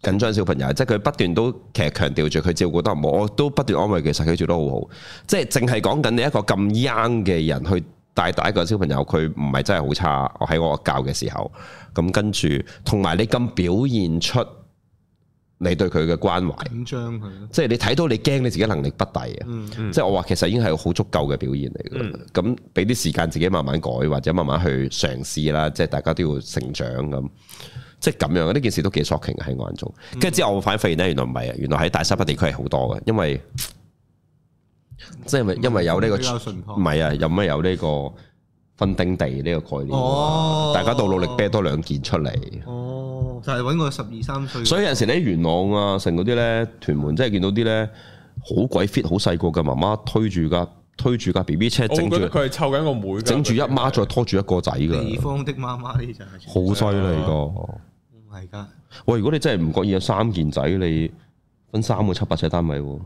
Speaker 3: 緊張小朋友，即係佢不斷都其實強調住佢照顧得唔好，我都不斷安慰佢，其實佢做得好好。即係淨係講緊你一個咁 young 嘅人去帶大一個小朋友，佢唔係真係好差。我喺我教嘅時候，咁跟住同埋你咁表現出你對佢嘅關懷。
Speaker 2: 緊張佢咯，
Speaker 3: 即係你睇到你驚你自己能力不抵啊！
Speaker 2: 嗯，
Speaker 1: 嗯
Speaker 3: 即係我話其實已經係好足夠嘅表現嚟嘅，咁俾啲時間自己慢慢改或者慢慢去嘗試啦，即係大家都要成長咁，即係咁樣呢件事都幾 shocking 啊喺我眼中。
Speaker 2: 嗯
Speaker 3: 跟住之後我反而發現咧，原來唔係啊，原來喺大西北地區係好多嘅，因為即係
Speaker 2: 嗯
Speaker 3: 因為因為有呢個
Speaker 2: 比較淳樸
Speaker 3: 唔係啊，因為有呢個分丁地呢個概念，啊
Speaker 2: 哦
Speaker 3: 大家到努力啤多兩件出嚟。
Speaker 2: 哦，就係揾個十二三歲嘅，
Speaker 3: 所以有陣時咧，元朗啊，成嗰啲咧，屯門真係見到啲咧好鬼 fit、好細個嘅媽媽推住架推住架 B B 車，
Speaker 1: 我會
Speaker 3: 整
Speaker 1: 覺
Speaker 3: 住
Speaker 1: 得佢係湊緊個啊妹㗎，
Speaker 3: 整住一孖再拖住一個仔
Speaker 2: 地
Speaker 3: 㗎，
Speaker 2: 方的媽媽呢就係
Speaker 3: 好犀利㗎。
Speaker 2: 唔係㗎，
Speaker 3: 喂，如果你真係唔覺意有三件仔，你分三個七八尺單位喎，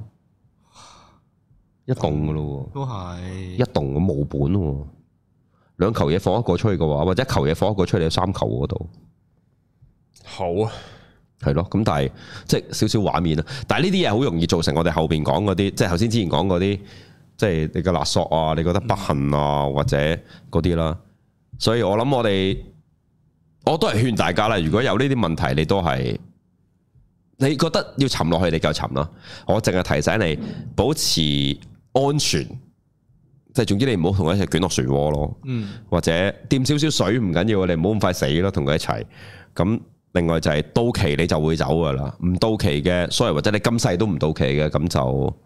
Speaker 3: 一棟㗎咯
Speaker 2: 都係
Speaker 3: 喎，一棟咁冇本喎。兩球嘢放一個出去嘅話，或者一球嘢放一個出去，你有三球嗰度。
Speaker 1: 好啊，
Speaker 3: 係咯，咁但係即係少少畫面啦。但係呢啲嘢好容易造成我哋後邊講嗰啲，即係頭先之前講嗰啲，即係你嘅勒索啊，你覺得不幸啊，或者嗰啲啦。所以我諗我哋，我都係勸大家啦。如果有呢啲問題，你都係你覺得要沉落去，你就沉啦。我淨係提醒你保持安全，即係總之你唔好同佢一齊捲落漩渦咯。
Speaker 2: 嗯
Speaker 3: 或者掂少少水唔緊要，你唔好咁快死咯，同佢一齊。咁另外就係到期你就會走噶啦，唔到期嘅，sorry，或者你今世都唔到期嘅，咁就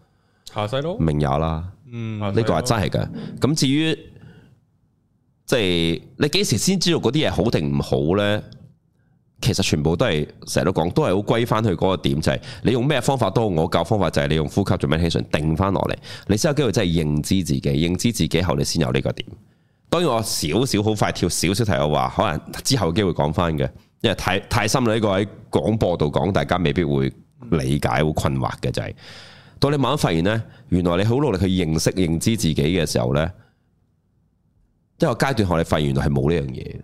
Speaker 1: 下世咯，
Speaker 3: 明也啦。
Speaker 2: 嗯
Speaker 1: 下世
Speaker 3: 呢個係
Speaker 1: 咯
Speaker 3: 真係嘅。咁至於即係你幾時先知道嗰啲嘢好定唔好呢？其實全部都係成日都講，都係好歸翻去嗰個點，就係、你用咩方法都好，我教方法就係你用呼吸做 meditation 定翻落嚟，你先有機會真係認知自己，認知自己後你先有呢個點。當然我少少好快跳少少題，我話可能之後有機會講翻嘅，因為太太深啦呢個喺廣播度講，大家未必會理解，好困惑嘅就係、到你慢慢發現呢，原來你好努力去認識、認知自己嘅時候呢，一個階段後你發現原來係冇呢樣嘢嘅，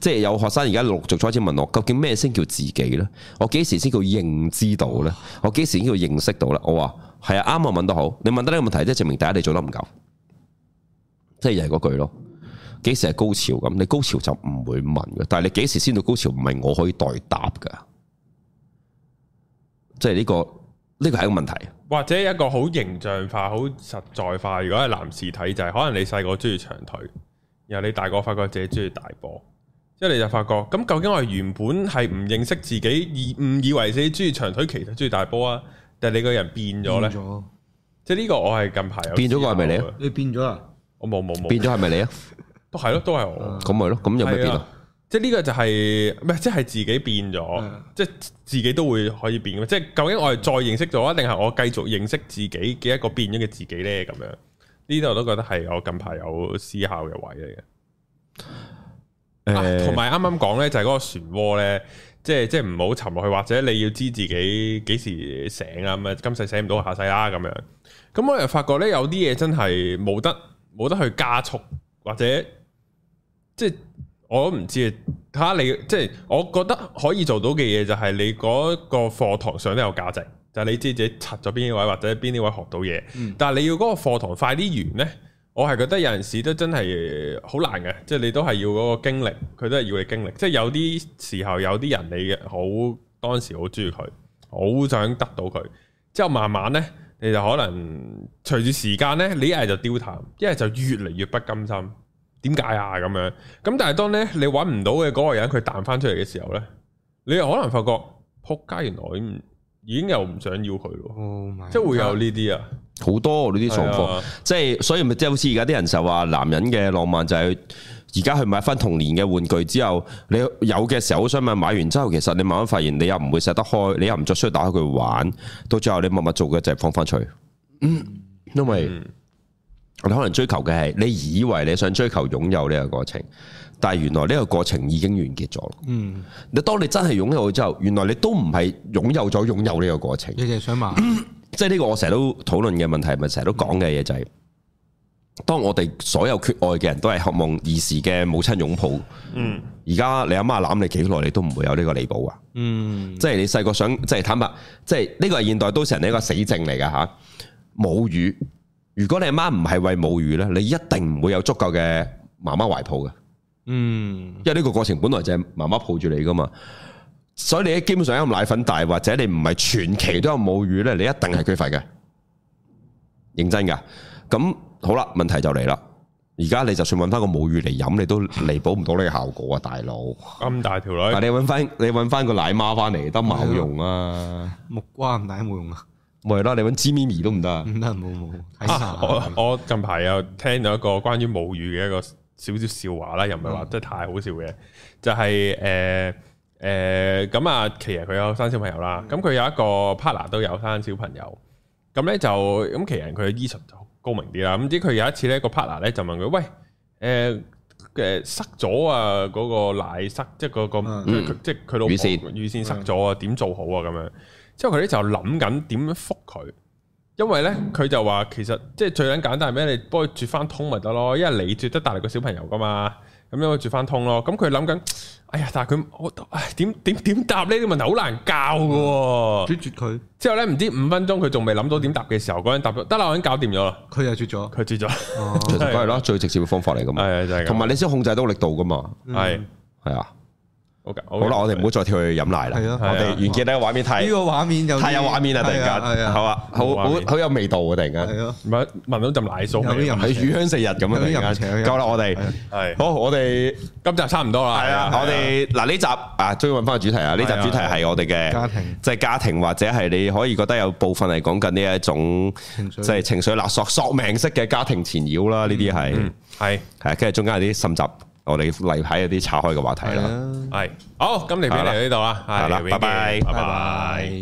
Speaker 3: 即係有學生而家陸續開始問我，究竟咩先叫自己呢？我幾時先叫認知到呢？我幾時先叫認識到呢？我話係啊，啱啊，問得好，你問得呢個問題，即係證明第一你做得唔夠，即係又係嗰句咯。幾時係高潮咁？你高潮就唔會問嘅，但係你幾時先到高潮，唔係我可以代答噶，即係呢個呢個係一個問題。
Speaker 1: 或者一個好形象化、好實在化。如果係男士睇就係、可能你細個中意長腿，然後你大個發覺自己中意大波，之後你就發覺咁究竟我係原本係唔認識自己，以誤以為自己中意長腿，其實中意大波啊？但係你個人變咗呢？
Speaker 2: 咗，
Speaker 1: 即係呢個我係近排有
Speaker 3: 嗯變咗個係咪你啊
Speaker 1: 思考嘅？
Speaker 2: 你變咗啦，
Speaker 1: 我冇冇冇，
Speaker 3: 變咗係咪你啊？
Speaker 1: 都係咯，都係我。
Speaker 3: 咁咪咯，咁有咩變
Speaker 1: 係
Speaker 3: 啊
Speaker 1: 啊？？即係呢個就係唔係即係自己變咗
Speaker 2: 嗯，
Speaker 1: 即係自己都會可以變嘅。即係究竟我係再認識咗，定係我繼續認識自己嘅一個變咗嘅自己咧？咁樣呢度我都覺得係我近排有思考嘅位嚟嘅。啊同埋啱啱講咧，就係嗰個漩渦咧，即係即係唔好沉落去，或者你要知自己幾時醒啊，咁啊今世醒唔到下世啦咁樣。咁我又發覺咧，有啲嘢真係冇得冇得去加速，或者即係我都唔知啊睇下你，即係我覺得可以做到嘅嘢就係你嗰個課堂上都有價值，就係、你知自己柒咗邊啲位或者邊啲位學到嘢，但係你要嗰個課堂快啲完呢，我係覺得有陣時都真係好難嘅，即係你都係要嗰個經歷，佢都係要你經歷，即係有啲時候有啲人你嘅好當時好中意佢，好想得到佢，之後慢慢呢，你就可能隨住時間呢，你一係就丟淡，一係就越嚟越不甘心。點解啊？咁樣咁，但係當咧你揾唔到嘅嗰個人佢彈翻出嚟嘅時候咧，你又可能發覺撲街，原來已經已經又唔想要佢咯，
Speaker 2: ？Oh
Speaker 1: 即係會有呢啲啊，
Speaker 3: 好多呢啲狀
Speaker 1: 係
Speaker 3: 況
Speaker 1: 啊，
Speaker 3: 即係所以咪即係好似而家啲人就話男人嘅浪漫就係而家去買翻童年嘅玩具之後，你有嘅時候好想買，買完之後其實你慢慢發現你又唔會捨得開，你又唔再需要打開佢玩，到最後你默默做嘅就係放翻出去，
Speaker 1: 嗯
Speaker 3: 因為你可能追求嘅係你以為你想追求擁有呢個過程，但係原來呢個過程已經完結咗。
Speaker 2: 嗯，
Speaker 3: 你當你真係擁有咗之後，原來你都唔係擁有咗擁有呢個過程。
Speaker 2: 你哋想買，
Speaker 3: 即係呢個我成日都討論嘅問題，咪成日都講嘅嘢就係、當我哋所有缺愛嘅人都係渴望兒時嘅母親擁抱，
Speaker 1: 嗯，
Speaker 3: 而家你阿媽攬你幾耐，你都唔會有呢個彌補啊！
Speaker 2: 嗯，
Speaker 3: 即係你細個想，即係坦白，即係呢個係現代都市人嘅一個死症嚟㗎吓。母乳，如果你阿媽唔係喂母乳呢，你一定唔會有足夠嘅媽媽懷抱嘅。
Speaker 2: 嗯，
Speaker 3: 因為呢個過程本來就係媽媽抱住你噶嘛，所以你基本上有奶粉大或者你唔係全期都有母乳呢，你一定係缺乏嘅，認真噶。咁好啦，問題就嚟啦。而家你就算揾翻個母乳嚟飲，你都彌補唔到呢個效果啊，大佬。
Speaker 1: 咁大條
Speaker 3: 但
Speaker 1: 女，
Speaker 3: 你揾翻你揾翻個奶媽翻嚟得冇用啊，
Speaker 2: 木瓜唔帶冇用啊，
Speaker 3: 咪係啦，你揾芝咪咪都唔得啊。
Speaker 2: 唔得冇冇，睇
Speaker 1: 啊我
Speaker 2: 晒，
Speaker 1: 我近排又聽到一個關於母乳嘅一個少少笑話啦，又唔係話真係太好笑嘅，就係誒誒咁啊，其實佢有生小朋友啦，咁佢有一個 partner 都有生小朋友，咁咧就咁其實佢嘅醫術就高明啲啦，咁知佢有一次咧個 partner 咧就問佢喂誒。嘅塞咗啊！嗰、個奶塞，即係嗰、個，
Speaker 2: 嗯
Speaker 1: 即係佢即係佢老
Speaker 3: 乳腺嗯
Speaker 1: 婆乳腺塞咗啊！點做好啊？咁樣之後佢咧就諗緊點樣覆佢，因為咧佢就話其實即係最緊簡單係咩？你幫佢啜翻通咪得咯，因為你啜得大力個小朋友噶嘛，咁樣佢啜翻通咯。咁佢諗緊，哎呀，但係佢我唉點點點答呢啲問題好難教噶喎。
Speaker 2: 絕絕佢，
Speaker 1: 之後咧唔知五分鐘佢仲未諗到點答嘅時候，嗰人答咗得啦，我已經搞掂咗啦，
Speaker 2: 佢又絕咗，
Speaker 1: 佢啜咗，係
Speaker 2: 哦，
Speaker 3: 其實梗係啦，最直接嘅方法嚟噶嘛，
Speaker 1: 啊就係咁
Speaker 3: 同埋你先控制到力度噶嘛，
Speaker 2: 嗯
Speaker 1: 係
Speaker 3: 係啊。
Speaker 1: 好㗎
Speaker 3: 好啦，我哋唔好再跳去飲奶啦，
Speaker 2: 係啊
Speaker 3: 我哋完結呢個畫面
Speaker 2: 呢
Speaker 3: 睇
Speaker 2: 個。畫面就
Speaker 3: 太有畫面啦！突然
Speaker 2: 係
Speaker 3: 間，
Speaker 2: 啊，
Speaker 3: 好啊，好
Speaker 1: 冇畫
Speaker 3: 好
Speaker 1: 面
Speaker 3: 好有味道啊！突然
Speaker 2: 係
Speaker 3: 間，
Speaker 2: 咯，
Speaker 1: 唔係聞到陣奶
Speaker 2: 有
Speaker 1: 酥
Speaker 2: 啲
Speaker 1: 味，
Speaker 2: 人
Speaker 3: 係乳香四日咁啊！突
Speaker 2: 有啲
Speaker 3: 然
Speaker 2: 人邪有啲
Speaker 3: 間，
Speaker 2: 人
Speaker 3: 夠啦，我哋
Speaker 1: 係
Speaker 3: 好，我哋
Speaker 1: 今集差唔多啦，
Speaker 3: 係啊，我哋嗱呢集啊，終於揾翻個主題啊！呢集
Speaker 1: 係啊
Speaker 3: 主題係我哋
Speaker 2: 家
Speaker 3: 嘅
Speaker 2: 庭
Speaker 3: 即係家庭或者係你可以覺得有部分係講緊呢一種
Speaker 2: 情緒
Speaker 3: 即係情緒勒索、索命式嘅家庭纏繞啦，呢啲係
Speaker 1: 嗯係
Speaker 3: 係啊，跟住中間有啲滲集，我哋例牌有啲岔開嘅話題
Speaker 2: 係
Speaker 3: 啦，
Speaker 2: 啊。
Speaker 1: 係好，今條片嚟到呢度啦，
Speaker 3: 係啦
Speaker 1: 係，
Speaker 3: 拜拜
Speaker 1: 拜拜。